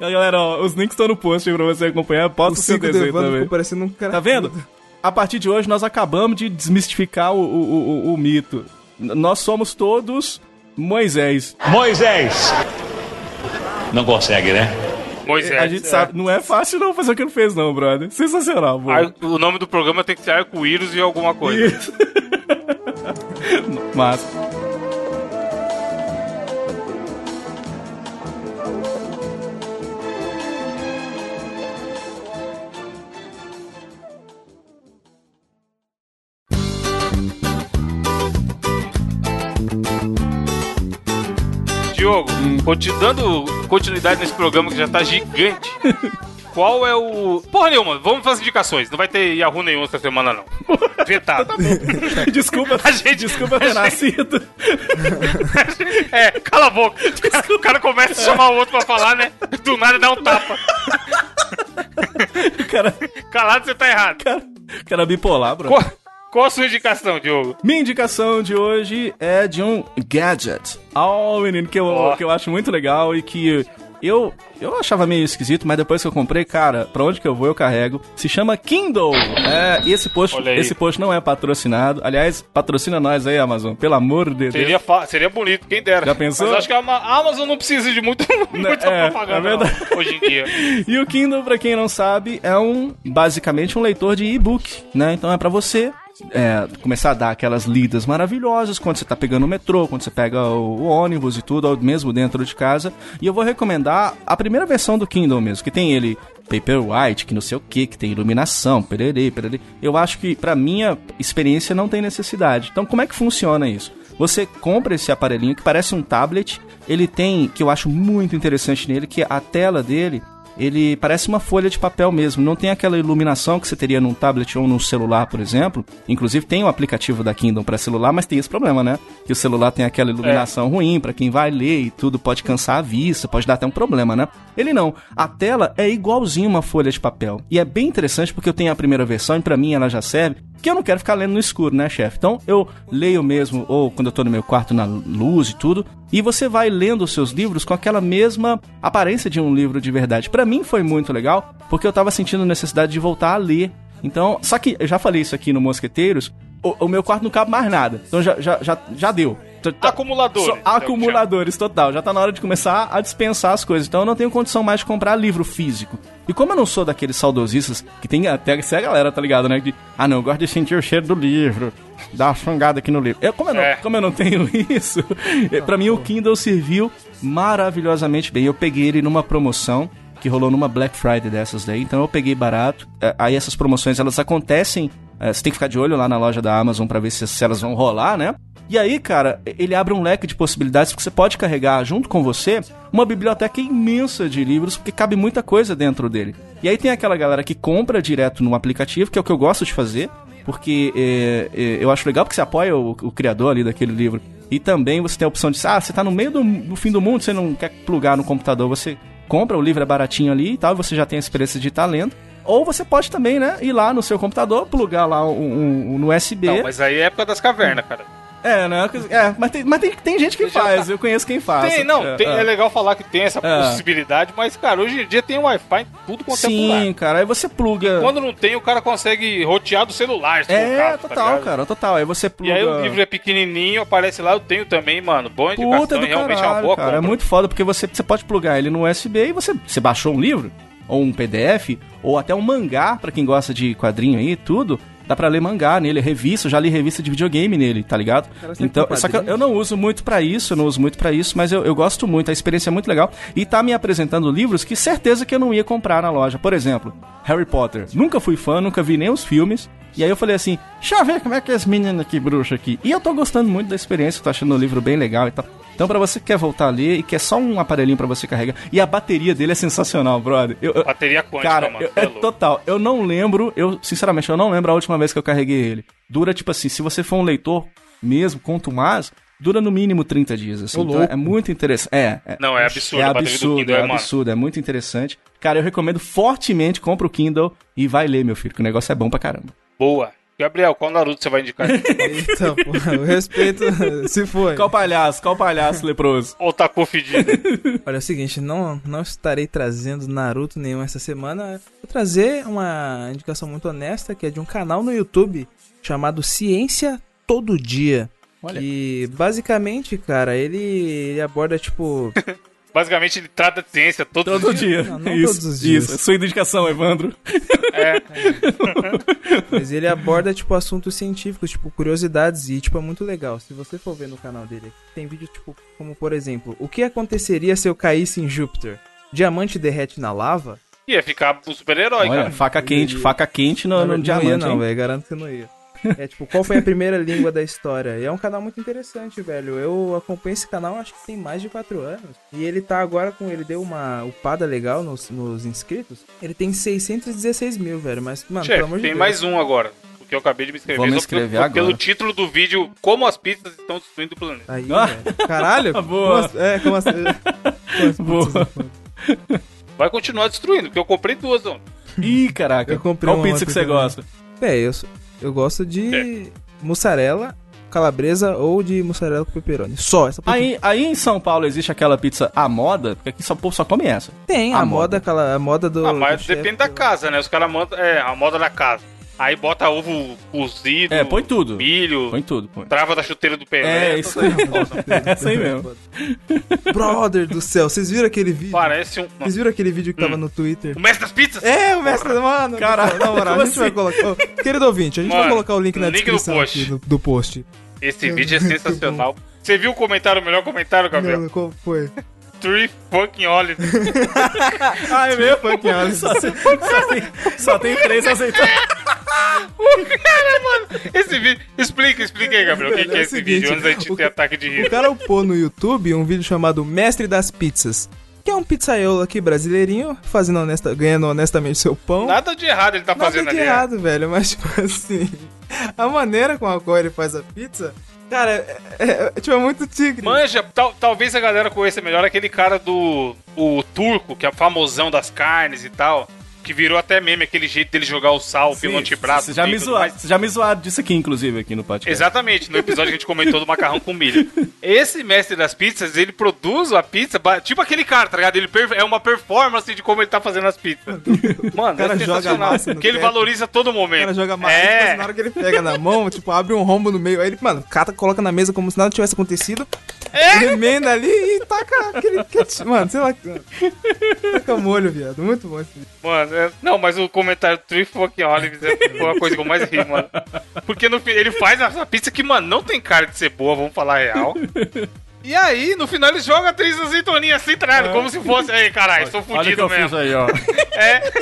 A: Galera, ó, os links estão no post aí pra você acompanhar.
B: O
A: Posta o seu
B: cinco do
A: desenho
B: Evandro
A: também.
B: ficou parecendo um cara. [LAUGHS]
A: Tá vendo? A partir de hoje, nós acabamos de desmistificar o, o, o- o- o mito. N- Nós somos todos Moisés.
F: Moisés! Não consegue, né?
C: Moisés.
A: A gente sabe, não é fácil não fazer o que ele fez, não, brother. Sensacional, pô.
C: é, Ar- O nome do programa tem que ser arco-íris e alguma coisa.
A: Isso. Mas.
C: Diogo, conti- dando continuidade nesse programa que já tá gigante. Qual é o. Porra nenhuma, vamos fazer indicações. Não vai ter Yahoo nenhum essa semana, não.
A: Tá
C: Vetado.
A: Desculpa,
C: [LAUGHS] A gente-
A: desculpa ter nascido. [LAUGHS]
C: É, cala a boca. O cara começa a chamar o outro pra falar, né? Do nada dá um tapa.
A: O cara,
C: Calado, você tá errado.
A: cara, cara é bipolar, bro.
C: Qual, qual a sua indicação, Diogo?
A: Minha indicação de hoje é de um gadget. Ah, menino, que eu,
C: Ó.
A: que eu acho muito legal e que eu, eu achava meio esquisito, mas depois que eu comprei, cara, pra onde que eu vou eu carrego. Se chama Kindle. É, e esse post,
C: Olha aí.
A: esse post não é patrocinado. Aliás, patrocina nós aí, Amazon, pelo amor de Deus.
C: Seria, fa- seria bonito, quem dera.
A: Já pensou?
C: Mas eu acho que a Ama- a Amazon não precisa de muito, muita
A: é,
C: propaganda
A: é verdade.
C: não, hoje em dia.
A: E o Kindle, pra quem não sabe, é um basicamente um leitor de e-book, né? Então é pra você é, começar a dar aquelas lidas maravilhosas quando você tá pegando o metrô, quando você pega o, o ônibus e tudo, ou mesmo dentro de casa. E eu vou recomendar a primeira versão do Kindle mesmo, que tem ele Paperwhite, que não sei o que, que tem iluminação, pererê, pererê. Eu acho que pra minha experiência não tem necessidade. Então como é que funciona isso? Você compra esse aparelhinho que parece um tablet, ele tem, que eu acho muito interessante nele, que a tela dele ele parece uma folha de papel mesmo, não tem aquela iluminação que você teria num tablet ou num celular, por exemplo. Inclusive tem o aplicativo da Kindle para celular, mas tem esse problema, né? Que o celular tem aquela iluminação ruim para quem vai ler e tudo, pode cansar a vista, pode dar até um problema, né? Ele não. A tela é igualzinho uma folha de papel. E é bem interessante porque eu tenho a primeira versão e para mim ela já serve, que eu não quero ficar lendo no escuro, né, chefe? Então eu leio mesmo ou quando eu tô no meu quarto na luz e tudo, e você vai lendo os seus livros com aquela mesma aparência de um livro de verdade. Pra mim foi muito legal, porque eu tava sentindo necessidade de voltar a ler. Então, só que eu já falei isso aqui no Mosqueteiros, o, o meu quarto não cabe mais nada. Então já, já, já, já deu. Tá- tá-
C: Acumuladores,
A: Só
C: é o que
A: acumuladores, total. Já tá na hora de começar a dispensar as coisas. Então eu não tenho condição mais de comprar livro físico. E como eu não sou daqueles saudosistas que tem até essa galera, tá ligado, né? Que, ah, não, eu gosto de sentir o cheiro do livro. Dá uma fungada aqui no livro. Eu, como, eu não,
C: É.
A: como eu não tenho [LAUGHS] isso, eh, pra mim o Kindle serviu maravilhosamente bem. Eu peguei ele numa promoção que rolou numa Black Friday dessas daí, então eu peguei barato. Eh, Aí essas promoções, elas acontecem é, você tem que ficar de olho lá na loja da Amazon pra ver se, se elas vão rolar, né? E aí, cara, ele abre um leque de possibilidades porque você pode carregar junto com você uma biblioteca imensa de livros, porque cabe muita coisa dentro dele. E aí tem aquela galera que compra direto no aplicativo, que é o que eu gosto de fazer, porque é, é, eu acho legal porque você apoia o, o criador ali daquele livro. E também você tem a opção de, ah, você tá no meio do, do fim do mundo, você não quer plugar no computador, você compra o livro é baratinho ali e tal, você já tem a experiência de estar lendo. Ou você pode também, né, ir lá no seu computador, plugar lá um, um- um USB.
C: Não, mas aí é época das cavernas, cara.
A: É, né? É, mas tem, mas tem, tem gente que faz, eu conheço quem faz.
C: tá- Tem, não,
A: É,
C: tem-
A: é.
C: é legal falar que tem essa
A: É.
C: possibilidade, mas, cara, hoje em dia tem Wi-Fi em tudo quanto é lugar.
A: Sim, cara, aí você pluga.
C: Quando não tem, o cara consegue rotear do celular. se for o
A: É,
C: caso, tá
A: total,
C: ligado?
A: cara, total. Aí você
C: E
A: pluga.
C: aí o livro é pequenininho, aparece lá, eu tenho também, mano. Boa indicação,
A: Puta do
C: e realmente
A: caralho,
C: é uma boa
A: cara. É
C: compra.
A: muito foda, porque você, você pode plugar ele no USB e você, você baixou um livro, ou um PDF, ou até um mangá, pra quem gosta de quadrinho aí, tudo. Dá pra ler mangá nele, é revista, eu já li revista de videogame nele, tá ligado?
B: Cara, você
A: Então,
B: tem
A: só que eu,
B: quadrinhos?
A: eu não uso muito pra isso, eu não uso muito pra isso, mas eu, eu gosto muito, a experiência é muito legal. E tá me apresentando livros que certeza que eu não ia comprar na loja. Por exemplo, Harry Potter. Nunca fui fã, nunca vi nem os filmes. E aí eu falei assim, deixa eu ver como é que é esse menino aqui, bruxo aqui. E eu tô gostando muito da experiência, tô achando o livro bem legal e tal. Então pra você que quer voltar a ler e quer só um aparelhinho pra você carregar. E a bateria dele é sensacional, brother. Eu, eu-
C: Bateria quântica,
A: Cara,
C: mano.
A: eu-
C: cê
A: é
C: louco.
A: total. Eu não lembro, eu sinceramente eu não lembro a última vez que eu carreguei ele. Dura tipo assim, se você for um leitor mesmo, quanto mais, dura no mínimo 30 dias assim.
B: Ô,
A: Então,
B: louco.
A: é muito interessante. É, é.
C: Não, é absurdo
A: É
C: a bateria do
A: absurdo,
C: Kindle,
A: é
C: é, mano.
A: absurdo, é muito interessante. Cara, eu recomendo fortemente, compra o Kindle e vai ler, meu filho, que o negócio é bom pra caramba.
C: Boa. Gabriel, qual Naruto você vai
A: [LAUGHS]
C: indicar?
B: Eita, porra, eu então, respeito. [LAUGHS] Se foi.
A: Qual palhaço, qual [LAUGHS] palhaço leproso?
C: Ou tá confundido?
B: Olha, é o seguinte, não, não estarei trazendo Naruto nenhum essa semana. Vou trazer uma indicação muito honesta, que é de um canal no YouTube chamado Ciência Todo Dia.
A: Olha.
B: E basicamente, cara, ele, ele aborda, tipo.
C: Basicamente, ele trata de ciência todo,
A: Todo
C: dia.
A: dia.
B: Não, não
A: isso,
B: todos os dias.
A: isso. Sua indicação, Evandro.
B: mas ele aborda, tipo, assuntos científicos, tipo, curiosidades, e, tipo, é muito legal. Se você for ver no canal dele, tem vídeo, tipo, como por exemplo, o que aconteceria se eu caísse em Júpiter? Diamante derrete na lava?
C: Ia ficar um super-herói,
A: Olha,
C: cara.
A: faca quente,
B: E-
A: faca quente no, no
B: não ia
A: diamante,
B: não,
A: hein?
B: velho. Garanto que não ia. É tipo, qual foi a primeira [LAUGHS] língua da história? E é um canal muito interessante, velho. Eu acompanho esse canal acho que tem mais de 4 anos. E ele tá agora com. Ele deu uma upada legal nos, nos inscritos. Ele tem 616 mil, velho. Mas, mano,
C: Chefe,
B: pelo amor de
C: tem
B: Deus.
C: mais um agora. Porque eu acabei de me inscrever.
A: Vou
C: só
A: me
C: pelo-
A: inscrever
C: Pelo
A: agora.
C: título do vídeo, como as pistas estão destruindo o planeta.
B: Aí,
A: Ah!
B: velho. Caralho!
C: [LAUGHS]
A: Boa.
B: Como as- é, como assim?
A: Boa.
C: Vai continuar destruindo, porque eu comprei duas, não.
A: Ih, caraca.
B: Eu comprei
A: Qual
B: um
A: pizza que
B: ontem
A: você
B: também.
A: gosta?
B: É, eu, sou- eu gosto
C: É.
B: de mussarela, calabresa ou de mussarela com pepperoni. Só, essa porra.
A: Aí, aí em São Paulo existe aquela pizza à moda, porque aqui em São Paulo só come essa.
B: Tem
A: a
B: a, moda, aquela, a moda do.
C: Ah, mas
B: do chefe,
C: depende da
B: do-
C: casa, né? Os caras mandam. É, a moda da casa. Aí bota ovo cozido,
A: É, põe tudo.
C: milho,
A: Põe tudo. Põe.
C: trava da chuteira do Pelé.
A: É, isso aí. É [LAUGHS] isso aí mesmo.
B: Brother do céu, vocês viram aquele vídeo?
C: Parece um.
B: Vocês viram aquele vídeo que tava no Twitter?
C: O mestre das pizzas?
B: É, o mestre, mano.
A: Caralho,
B: na moral,
A: como
B: a gente vai
A: assim?
B: colocar. Ô, Querido ouvinte, a gente vai
C: Mano,
B: colocar o link na
C: link no
B: descrição
C: post.
B: aqui do, do post.
C: Esse vídeo é sensacional. Você viu o comentário, o melhor comentário, Gabriel?
B: Mano, qual foi?
C: Three fucking
B: [LAUGHS]
C: olives.
A: Ah, é mesmo? Só, se- só tem, só tem três aceitantes.
C: O cara, mano. Esse vídeo. Explica, explica aí, Gabriel. O que, que é esse vídeo? Antes da gente
B: o
C: ter
B: ca-
C: ataque de
B: O
C: riso.
B: cara upou no YouTube um vídeo chamado Mestre das Pizzas. Que é um pizzaiolo aqui brasileirinho, fazendo honesta, ganhando honestamente seu pão.
C: Nada de errado ele tá
B: Nada
C: fazendo
B: de
C: ali. né?
B: errado, velho, mas [LAUGHS] tipo assim, a maneira com a qual ele faz a pizza, cara, é, é- é- tipo, é muito tigre.
C: Manja, tal- talvez a galera conheça melhor aquele cara do. O turco, que é famosão das carnes e tal. Que virou até meme aquele jeito dele jogar o sal
A: um
C: pelo antebraço. assim,
A: Vocês já, me
C: e tudo
A: zoaram-
C: mais.
A: vocês já me zoaram disso aqui, inclusive, aqui no podcast.
C: É. Exatamente, no episódio que a gente comentou do macarrão com milho. Esse mestre das pizzas, ele produz a pizza, ba- tipo aquele cara, tá ligado? Ele per- é uma performance de como ele tá fazendo as pizzas. Mano,
B: cara
C: é
B: joga
C: sensacional.
B: massa no
C: Porque ele
B: teto.
C: valoriza todo
B: O
C: momento.
B: cara joga massa, tipo assim,
C: é.
B: na hora que ele pega na mão, [LAUGHS] tipo, abre um rombo no meio, aí ele, mano, cata, coloca na mesa como se nada tivesse acontecido, remenda ali e taca aquele ketchup, mano, sei lá, taca molho, viado, muito bom esse vídeo.
C: Mano, é- não, mas o comentário do Three Fucking Olives é- foi uma coisa que eu mais ri, mano. Porque no fim, ele faz essa pizza que, mano, não tem cara de ser boa, vamos falar a real. E aí, no final, ele joga três azeitoninhas assim, tá
B: É.
C: ligado? como se fosse. Ei, caralho, sou
A: Olha o que
C: fudido
A: eu
C: mesmo.
A: fiz aí, [LAUGHS] ó. É?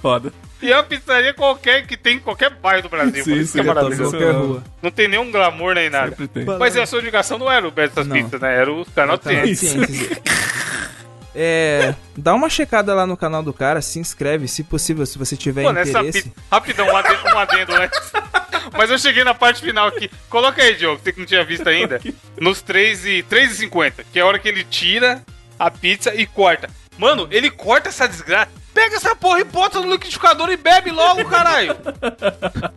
A: Foda.
C: E é uma pizzaria qualquer que tem em qualquer bairro do Brasil.
A: [LAUGHS] Sim,
C: por isso que é
A: sim,
C: maravilhoso.
A: qualquer rua.
C: Não tem nenhum glamour nem nada.
A: Sempre tem.
C: Mas a sua indicação não era o Beto das
B: Não.
C: Pizzas, né? Era o canal T.
A: Isso.
B: Ciências. tá É, dá uma checada lá no canal do cara, se inscreve, se possível, se você tiver
C: Mano, essa
B: interesse.
C: pizza. Rapidão, um adendo, um adendo
B: [LAUGHS]
C: antes. Mas eu cheguei na parte final aqui. Coloca aí, Diogo, você que não tinha visto ainda. Nos 3 e 3 e 50, que é a hora que ele tira a pizza e corta. Mano, ele corta essa desgraça. Pega essa porra e bota no liquidificador e bebe logo, caralho.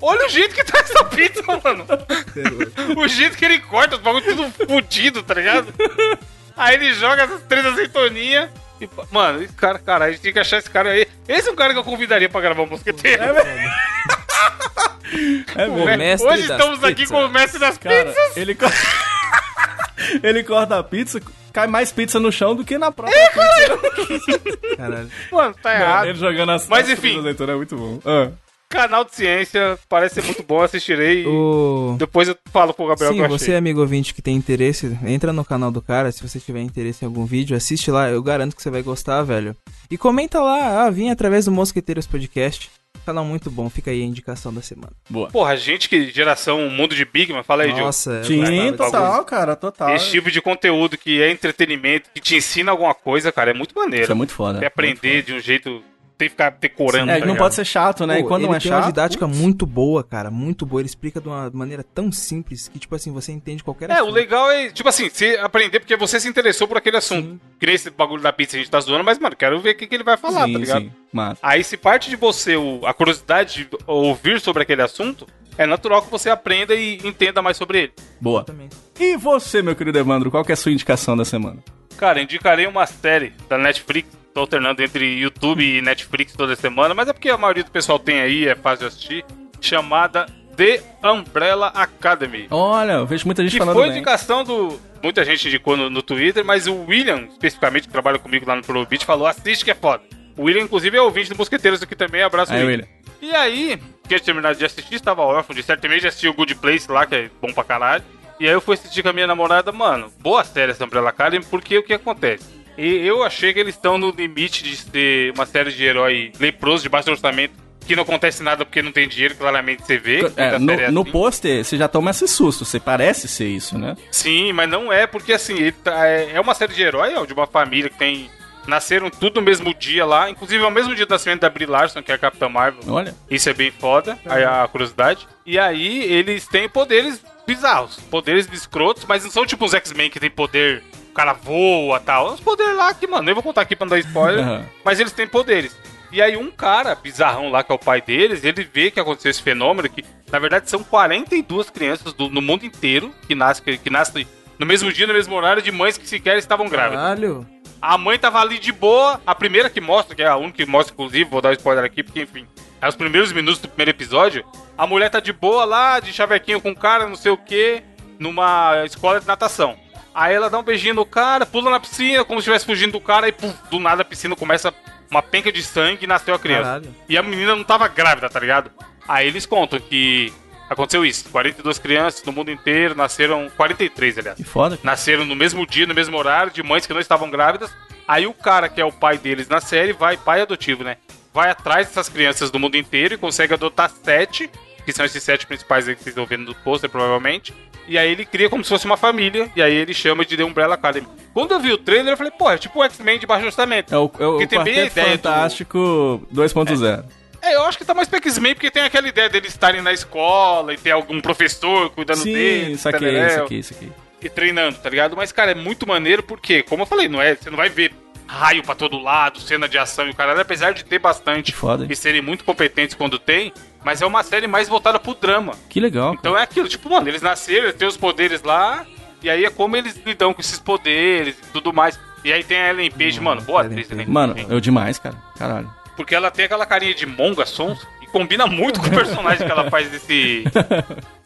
C: Olha o jeito que tá essa pizza, mano.
B: é
C: O jeito que ele corta, os bagulho tudo fudido, tá ligado? Aí ele joga essas três azeitoninhas. E, pá, mano, esse cara, cara, a gente tem que achar esse cara aí. Esse é um cara que eu convidaria pra gravar um mosqueteiro.
A: É mesmo.
C: Velho, [LAUGHS]
B: mestre
C: Hoje
B: das
C: estamos aqui
B: pizzas.
C: com o mestre das
A: Cara,
C: pizzas.
A: [LAUGHS] ele, co- ele corta a pizza. cai mais pizza no chão do que na própria pizza.
B: Caralho.
C: Mano, tá errado.
A: Ele jogando as
C: Mas
A: as
C: enfim.
A: frutas da leitura é muito bom. Ah.
C: Canal de ciência, parece ser muito bom, assistirei.
A: [LAUGHS]
C: e
B: O...
C: Depois eu falo pro Gabriel o que
B: Sim,
C: eu achei.
B: você, amigo ouvinte que tem interesse, entra no canal do cara. Se você tiver interesse em algum vídeo, assiste lá. Eu garanto que você vai gostar, velho. E comenta lá, ah, vim através do Mosqueteiros Podcast. Canal muito bom, fica aí a indicação da semana.
A: Boa.
C: Porra, gente que geração um mundo de Big Man, fala aí, Diogo.
B: Nossa, eu
A: Sim,
B: gostava desse-
A: total, cara, total.
C: Esse tipo de conteúdo que é entretenimento, que te ensina alguma coisa, cara, é muito
A: Isso
C: maneiro.
A: é muito foda.
C: Tem aprender de um jeito, tem que ficar decorando.
A: É,
C: tá
A: não
C: ligado?
A: pode ser chato, né? e
B: Pô,
A: quando
B: ele
A: não é
B: tem
A: chato.
B: uma didática muito boa, cara, muito boa. Ele explica de uma maneira tão simples que, tipo assim, você entende qualquer
C: É, o
B: assunto.
C: legal é, tipo assim, você aprender porque você se interessou por aquele assunto. Que nem esse bagulho da pizza a gente tá zoando, mas, mano, quero ver o que, que ele vai falar,
A: sim,
C: tá ligado?
A: sim. Mas,
C: Aí, se parte de você o- a curiosidade de ouvir sobre aquele assunto, é natural que você aprenda e entenda mais sobre ele.
A: Ah, boa.
B: Exatamente.
A: E você, meu querido Evandro, qual que é a sua indicação da semana?
C: Cara, indicarei uma série da Netflix. Tô alternando entre YouTube e Netflix toda semana, mas é porque a maioria do pessoal tem aí, é fácil de assistir. Chamada The Umbrella Academy.
A: Olha, eu vejo muita gente
C: Que
A: falando
C: foi
A: bem.
C: indicação do. Muita gente indicou no, no Twitter, mas o William, especificamente, que trabalha comigo lá no Prolobit, falou: assiste que é foda. O William, inclusive, é ouvinte do Mosqueteiros aqui também. Abraço,
A: Aí,
C: William.
A: William.
C: E aí, tinha terminado de assistir, estava órfão de certo também já assisti o Good Place lá, que é bom pra caralho. E aí eu fui assistir com a minha namorada, mano, boa série essa Umbrella Academy, porque o que acontece? E eu achei que eles estão no limite de ser uma série de herói leproso, de baixo orçamento, que não acontece nada porque não tem dinheiro, claramente você vê. Muita
A: É, no,
C: série é
A: no
C: assim.
A: pôster, você já toma esse susto. Você parece ser isso, né?
C: Sim, mas não é, porque assim, ele tá- é é uma série de herói, ó, de uma família que tem. Nasceram tudo no mesmo dia lá, inclusive é o mesmo dia do nascimento da Brie Larson, que é a Capitã Marvel.
A: Olha.
C: Isso é bem foda, aí a curiosidade. E aí eles têm poderes bizarros, poderes escrotos, mas não são tipo os X-Men que tem poder, o cara voa e tal. É uns poderes lá que, mano, eu vou contar aqui pra não dar spoiler,
A: Aham.
C: mas eles têm poderes. E aí um cara bizarrão lá, que é o pai deles, ele vê que aconteceu esse fenômeno, que na verdade são 42 crianças do- no mundo inteiro que nascem que, que nascem no mesmo dia, no mesmo horário, de mães que sequer estavam grávidas.
B: Caralho.
C: A mãe tava ali de boa, a primeira que mostra, que é a única que mostra, inclusive, vou dar um spoiler aqui, porque enfim, é os primeiros minutos do primeiro episódio, a mulher tá de boa lá, de chavequinho com o cara, não sei o que, numa escola de natação. Aí ela dá um beijinho no cara, pula na piscina, como se estivesse fugindo do cara, e pum, do nada a piscina começa uma penca de sangue e nasceu a criança.
B: Caralho.
C: E a menina não tava grávida, tá ligado? Aí eles contam que aconteceu isso: 42 crianças no mundo inteiro, nasceram 43, aliás
A: Que foda.
C: nasceram no mesmo dia, no mesmo horário, de mães que não estavam grávidas. Aí o cara que é o pai deles na série vai, pai adotivo, né? Vai atrás dessas crianças do mundo inteiro e consegue adotar sete, que são esses sete principais aí que vocês estão vendo no pôster, provavelmente. E aí ele cria como se fosse uma família, e aí ele chama de The Umbrella Academy. Quando eu vi o trailer, eu falei, pô, é tipo o X-Men de baixo orçamento.
A: É o, é o
C: Que tem bem a
A: Quarteto
C: ideia do-
A: Fantástico 2.0.
C: É, eu acho que tá mais pra X-Men, porque tem aquela ideia deles estarem na escola e ter algum professor cuidando
A: Sim,
C: deles.
A: isso aqui,
C: tarará
A: isso aqui, isso aqui.
C: e treinando, tá ligado? Mas, cara, é muito maneiro porque, como eu falei, não é, você não vai ver raio pra todo lado, cena de ação e o caralho, apesar de ter bastante
A: Que foda, hein?
C: e serem muito competentes quando tem, mas é uma série mais voltada pro drama.
A: Que legal. cara.
C: Então é aquilo, tipo, mano, eles nasceram, eles têm os poderes lá, e aí é como eles lidam com esses poderes e tudo mais. E aí tem a Ellen Page, mano, boa
B: Ellen
C: atriz, Ellen
A: Mano,
C: Page.
A: eu demais, cara. Caralho.
C: Porque ela tem aquela carinha de monga, sons, e combina muito
A: [LAUGHS]
C: com o personagem que ela faz nesse,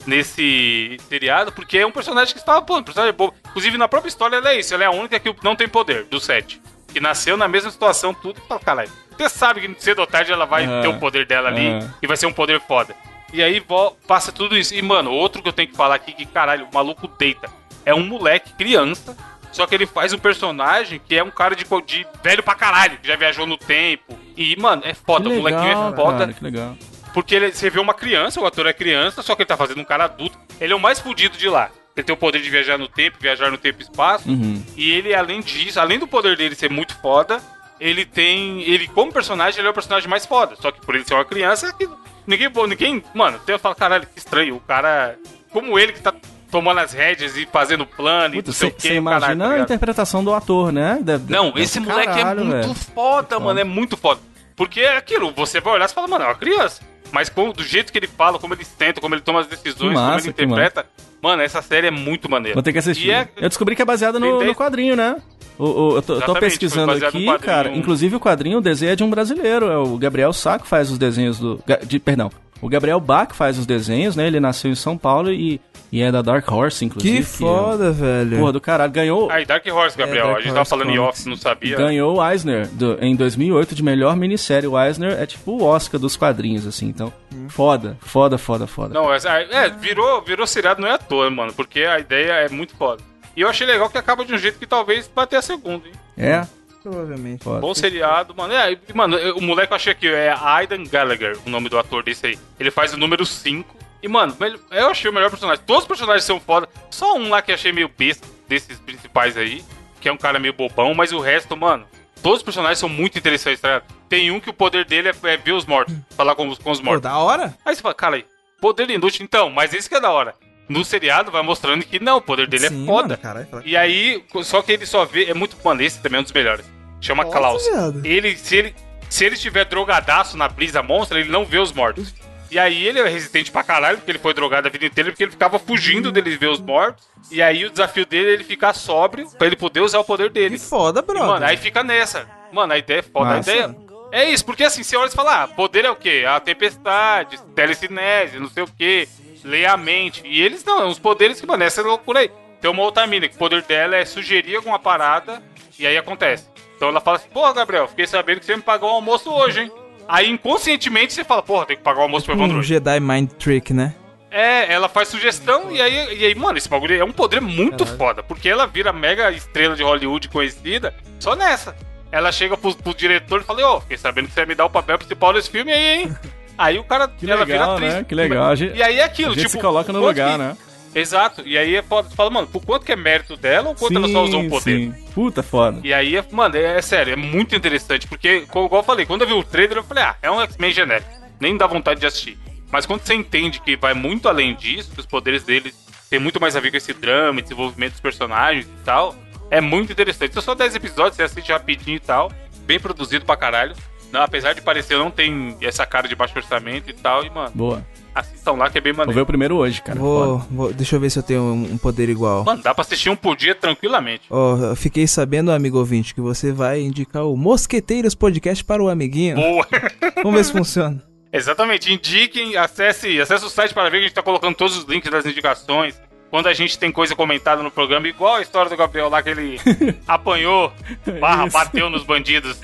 C: nesse seriado, porque é um personagem que estava, pô, um personagem bobo. Inclusive, na própria história, ela é isso, ela é a única que não tem poder, do set. Que nasceu na mesma situação, tudo, e fala, caralho, você sabe que cedo ou tarde ela vai
A: É.
C: ter o poder dela ali,
A: É.
C: e vai ser um poder foda. E aí vo- passa tudo isso. E, mano, outro que eu tenho que falar aqui, que caralho, o maluco deita. É um moleque, criança, só que ele faz um personagem que é um cara de, co- de velho pra caralho, que já viajou no tempo. E, mano, é
A: Que
C: foda, o molequinho
A: legal,
C: é foda.
A: cara, que legal.
C: Porque ele- você vê uma criança, o ator é criança, só que ele tá fazendo um cara adulto. Ele é o mais fudido de lá. Ele tem o poder de viajar no tempo, viajar no tempo e espaço.
A: Uhum.
C: E ele, além disso, além do poder dele ser muito foda, ele tem. Ele, como personagem, ele é o personagem mais foda. Só que por ele ser uma criança, é que ninguém. ninguém mano, eu falo, caralho, que estranho. O cara. Como ele que tá tomando as rédeas e fazendo plano e
A: Puta,
C: não sei o quê,
A: você imagina
C: caralho, tá
A: a
C: ligado?
A: interpretação do ator, né? Da- da-
C: Não,
A: da-
C: esse moleque
A: caralho,
C: é muito
A: velho.
C: foda, mano. É muito foda. Porque é aquilo, você vai olhar e fala, mano, é uma criança. Mas como- do jeito que ele fala, como ele tenta, como ele toma as decisões,
A: Que massa,
C: como ele
A: que
C: interpreta, mano, essa série é muito maneira.
A: Vou ter que assistir.
C: E é-
A: Eu descobri que é baseado
C: Tem
A: no,
C: dez-
A: no quadrinho, né? O, o- eu tô, eu tô
C: Exatamente, foi
A: pesquisando
C: baseado
A: aqui,
C: no quadrinho.
A: cara. Inclusive o quadrinho, o desenho é de um brasileiro. É o Gabriel Sá que faz os desenhos do. Ga- De, perdão. O Gabriel Bach faz os desenhos, né? Ele nasceu em São Paulo e E é da Dark Horse, inclusive. é
B: Que foda, velho.
A: Porra do caralho. Ganhou,
C: Aí, Dark Horse,
A: É,
C: Gabriel.
B: Dark
C: a gente tava
B: Horse
C: falando em
B: Comics.
C: off, não sabia.
A: ganhou o Eisner do- em 2008 de melhor minissérie. O Eisner é tipo o Oscar dos quadrinhos, assim. Então,
B: Hum.
A: foda, foda, foda, foda.
C: Não, é, é, virou, virou seriado, não é à toa, mano, porque a ideia é muito foda. E eu achei legal que acaba de um jeito que talvez vai ter a segunda, hein?
A: É?
B: Provavelmente.
A: Foda.
C: Bom seriado, mano. É, e, mano, eu- o moleque eu achei aqui, é Aidan Gallagher, o nome do ator desse aí. Ele faz o número 5. E, mano, mel- eu achei o melhor personagem. Todos os personagens são foda. Só um lá que eu achei meio besta desses principais aí, que é um cara meio bobão, mas o resto, mano, todos os personagens são muito interessantes, tá ligado? Tem um que o poder dele é, é ver os mortos, falar com, os- com os
B: Pô,
C: mortos.
B: da hora?
C: Aí você fala, cara, aí, poder inútil, então, mas esse que é da hora. No seriado vai mostrando que não, o poder dele é
B: Sim,
C: foda.
B: mano, caralho, fala-
C: E aí, só que ele só vê. É muito mano, esse também é um dos melhores. Chama
B: Nossa,
C: Klaus.
B: viado.
C: Ele, se ele. Se ele estiver drogadaço na brisa monstra, ele não vê os mortos. E aí ele é resistente pra caralho, porque ele foi drogado a vida inteira, porque ele ficava fugindo dele ver os mortos. E aí o desafio dele é ele ficar sóbrio pra ele poder usar o poder dele.
B: Que foda,
C: E,
B: brother.
C: mano, aí fica nessa. Mano, a ideia é foda.
A: Massa.
C: A ideia é isso, porque assim, você olha e fala, ah, poder é o quê? A tempestade, telecinese, não sei o quê, ler a mente. E eles não, é uns poderes que, mano, essa loucura aí. Tem uma outra mina que o poder dela é sugerir alguma parada e aí acontece. Então ela fala assim, porra, Gabriel, fiquei sabendo que você me pagou o almoço hoje, hein? Aí inconscientemente você fala, porra, tem que pagar o almoço pro Evandro
B: um
C: hoje.
B: Jedi Mind Trick, né?
C: É, ela faz sugestão e aí, e aí, mano, esse bagulho é um poder muito
B: Caralho.
C: foda, porque ela vira mega estrela de Hollywood conhecida só nessa. Ela chega pro, pro diretor e fala, ô, fiquei sabendo que você ia me dar o papel principal desse filme aí,
A: [LAUGHS]
C: hein? Aí o cara,
A: Que
C: ela
A: legal,
C: vira atriz.
A: né? Que legal. A gente-
C: E aí é aquilo,
A: a gente
C: tipo...
A: se coloca no
C: quanto
A: lugar,
C: que-
A: né?
C: Exato. E aí é foda. Você fala, mano, por quanto que é mérito dela ou quanto ela só usou o poder?
A: sim. Puta foda.
C: E aí, é- mano, é, é sério, é muito interessante, porque, co- igual eu falei, quando eu vi o trailer, eu falei, ah, é um X-Men genérico, nem dá vontade de assistir. Mas quando você entende que vai muito além disso, que os poderes deles têm muito mais a ver com esse drama, e desenvolvimento dos personagens e tal, é muito interessante. São só 10 episódios, você assiste rapidinho e tal, bem produzido pra caralho. Não, apesar de parecer, não tem essa cara de baixo orçamento e tal, e, mano,
A: Boa.
C: assistam lá que é bem
A: Vou ver
C: maneiro.
A: o primeiro hoje, cara.
B: Vou,
A: Foda.
B: vou- deixa eu ver se eu tenho um um poder igual.
C: Mano, dá pra assistir um por dia tranquilamente.
B: Ó, eu fiquei sabendo, amigo ouvinte, que você vai indicar o Mosqueteiros Podcast para o amiguinho.
C: Boa! [LAUGHS]
B: Vamos ver se funciona.
C: Exatamente, indiquem, acesse, acesse o site para ver que a gente tá colocando todos os links das indicações. Quando a gente tem coisa comentada no programa, igual a história do Gabriel lá que
A: [LAUGHS]
C: ele apanhou, barra,
A: Isso.
C: bateu nos bandidos.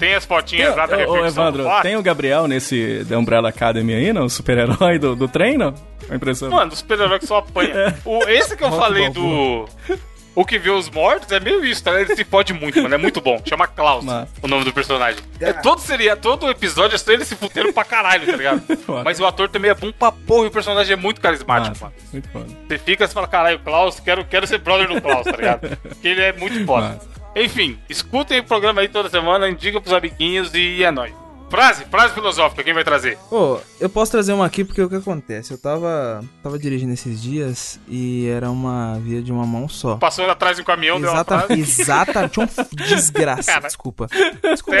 C: Tem as
A: Tem,
C: fotinhas lá da
A: ô, ô,
C: reflexão.
A: Evandro,
C: do fato.
A: tem o Gabriel nesse The Umbrella Academy aí, não? O super-herói do, do treino? A impressão.
C: Mano, o super-herói que só
A: É.
C: apanha. O, esse que eu
B: Rock
C: falei
B: Balboa.
C: do. O que vê os mortos é meio isso, tá? Ele se pode muito, mano. É muito bom. Chama Klaus,
A: Massa.
C: o nome do personagem. É, todo seria, todo episódio é só ele se futeiro pra caralho, tá ligado?
A: [LAUGHS] Foda.
C: Mas o ator também é bom pra porra e o personagem é muito carismático,
A: Massa.
C: mano.
A: Ah, Muito foda.
C: Você fica e fala, caralho, Klaus, quero, quero ser brother do Klaus, tá ligado? Porque ele é muito foda.
A: Massa.
C: Enfim, escutem o programa aí toda semana, indica pros amiguinhos e é nóis. Frase, frase filosófica, quem vai trazer?
B: [LAUGHS] Ô, eu posso trazer uma aqui porque é o que acontece? Eu tava, tava dirigindo esses dias e era uma via de uma mão só.
C: Passou atrás de um caminhão, deu uma
B: Exata,
C: frase.
B: exata,
C: [LAUGHS]
B: tinha um f- desgraça,
C: Cara.
B: desculpa. Desculpa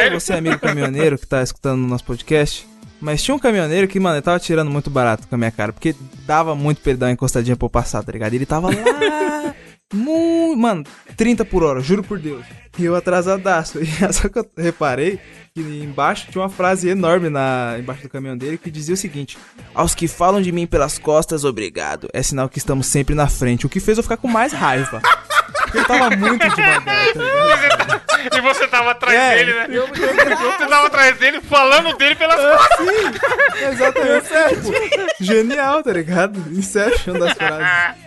C: [LAUGHS] Sério?
B: você, amigo caminhoneiro, que tá escutando o nosso podcast. Mas tinha um caminhoneiro que, mano, ele tava tirando muito barato com a minha cara, porque dava muito pra ele dar uma encostadinha pra eu passar, tá ligado? E Ele
C: [LAUGHS]
B: tava lá, muito, mano, 30 por hora, juro por Deus. E eu atrasadaço. [LAUGHS] E só que eu reparei que embaixo tinha uma frase enorme na, embaixo do caminhão dele que dizia o seguinte: Aos que falam de mim pelas costas, obrigado. É sinal que estamos sempre na frente. O que fez eu ficar com mais raiva. Porque ele tava muito devagar, tá ligado?
C: E você tava atrás
B: É,
C: dele, né? [LAUGHS] Você tava atrás dele, falando dele pelas costas.
B: Sim, exatamente. Tipo, genial, tá ligado? Inception
C: [LAUGHS]
B: das frases.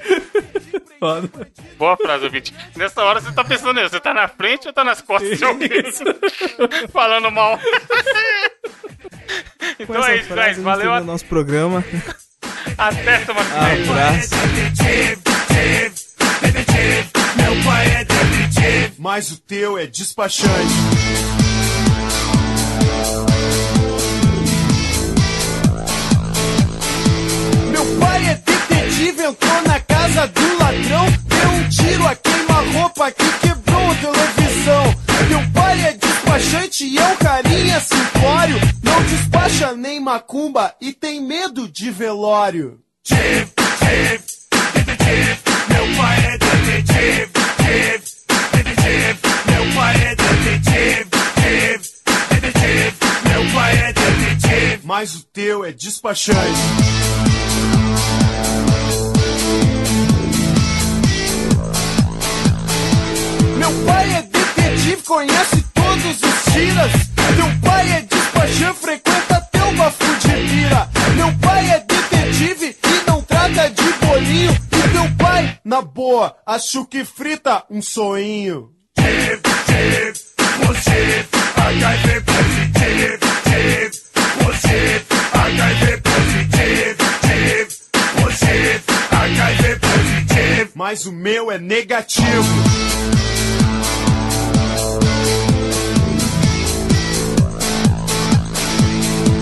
A: Foda.
C: Boa frase, ouvinte. Nessa hora você tá pensando nisso, você tá na frente ou tá nas costas de alguém? [LAUGHS] falando mal.
B: Com
C: Então
B: essa
C: é isso,
B: frase, a
C: guys.
B: gente
C: Valeu,
B: termina o nosso programa.
C: até semana que vem.
B: Abraço.
G: Mas o teu é despachante. Meu pai é detetive, entrou na casa do ladrão. Deu um tiro a queima-roupa que quebrou a televisão. Meu pai é despachante e é um carinha simplório. Não despacha nem macumba e tem medo de velório. é é é Mas o teu é despachante. Meu pai é detetive, conhece todos os tiras. Meu pai é despachante, frequenta até uma fudipira. Meu pai é detetive e não trata de bolinho. E meu pai, na boa, acho que frita um sonho. Mas o meu é negativo.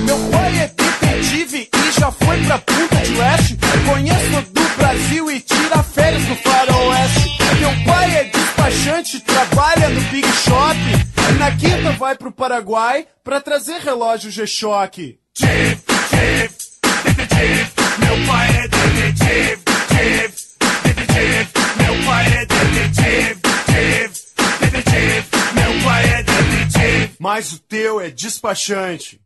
G: Meu pai é detetive e já foi pra Punta de Leste. Conheço todo o Brasil e tira férias no faroeste. Meu pai é despachante, trabalha no Big Shop. Na quinta vai pro Paraguai pra trazer relógio G-Shock. Mas o teu é despachante.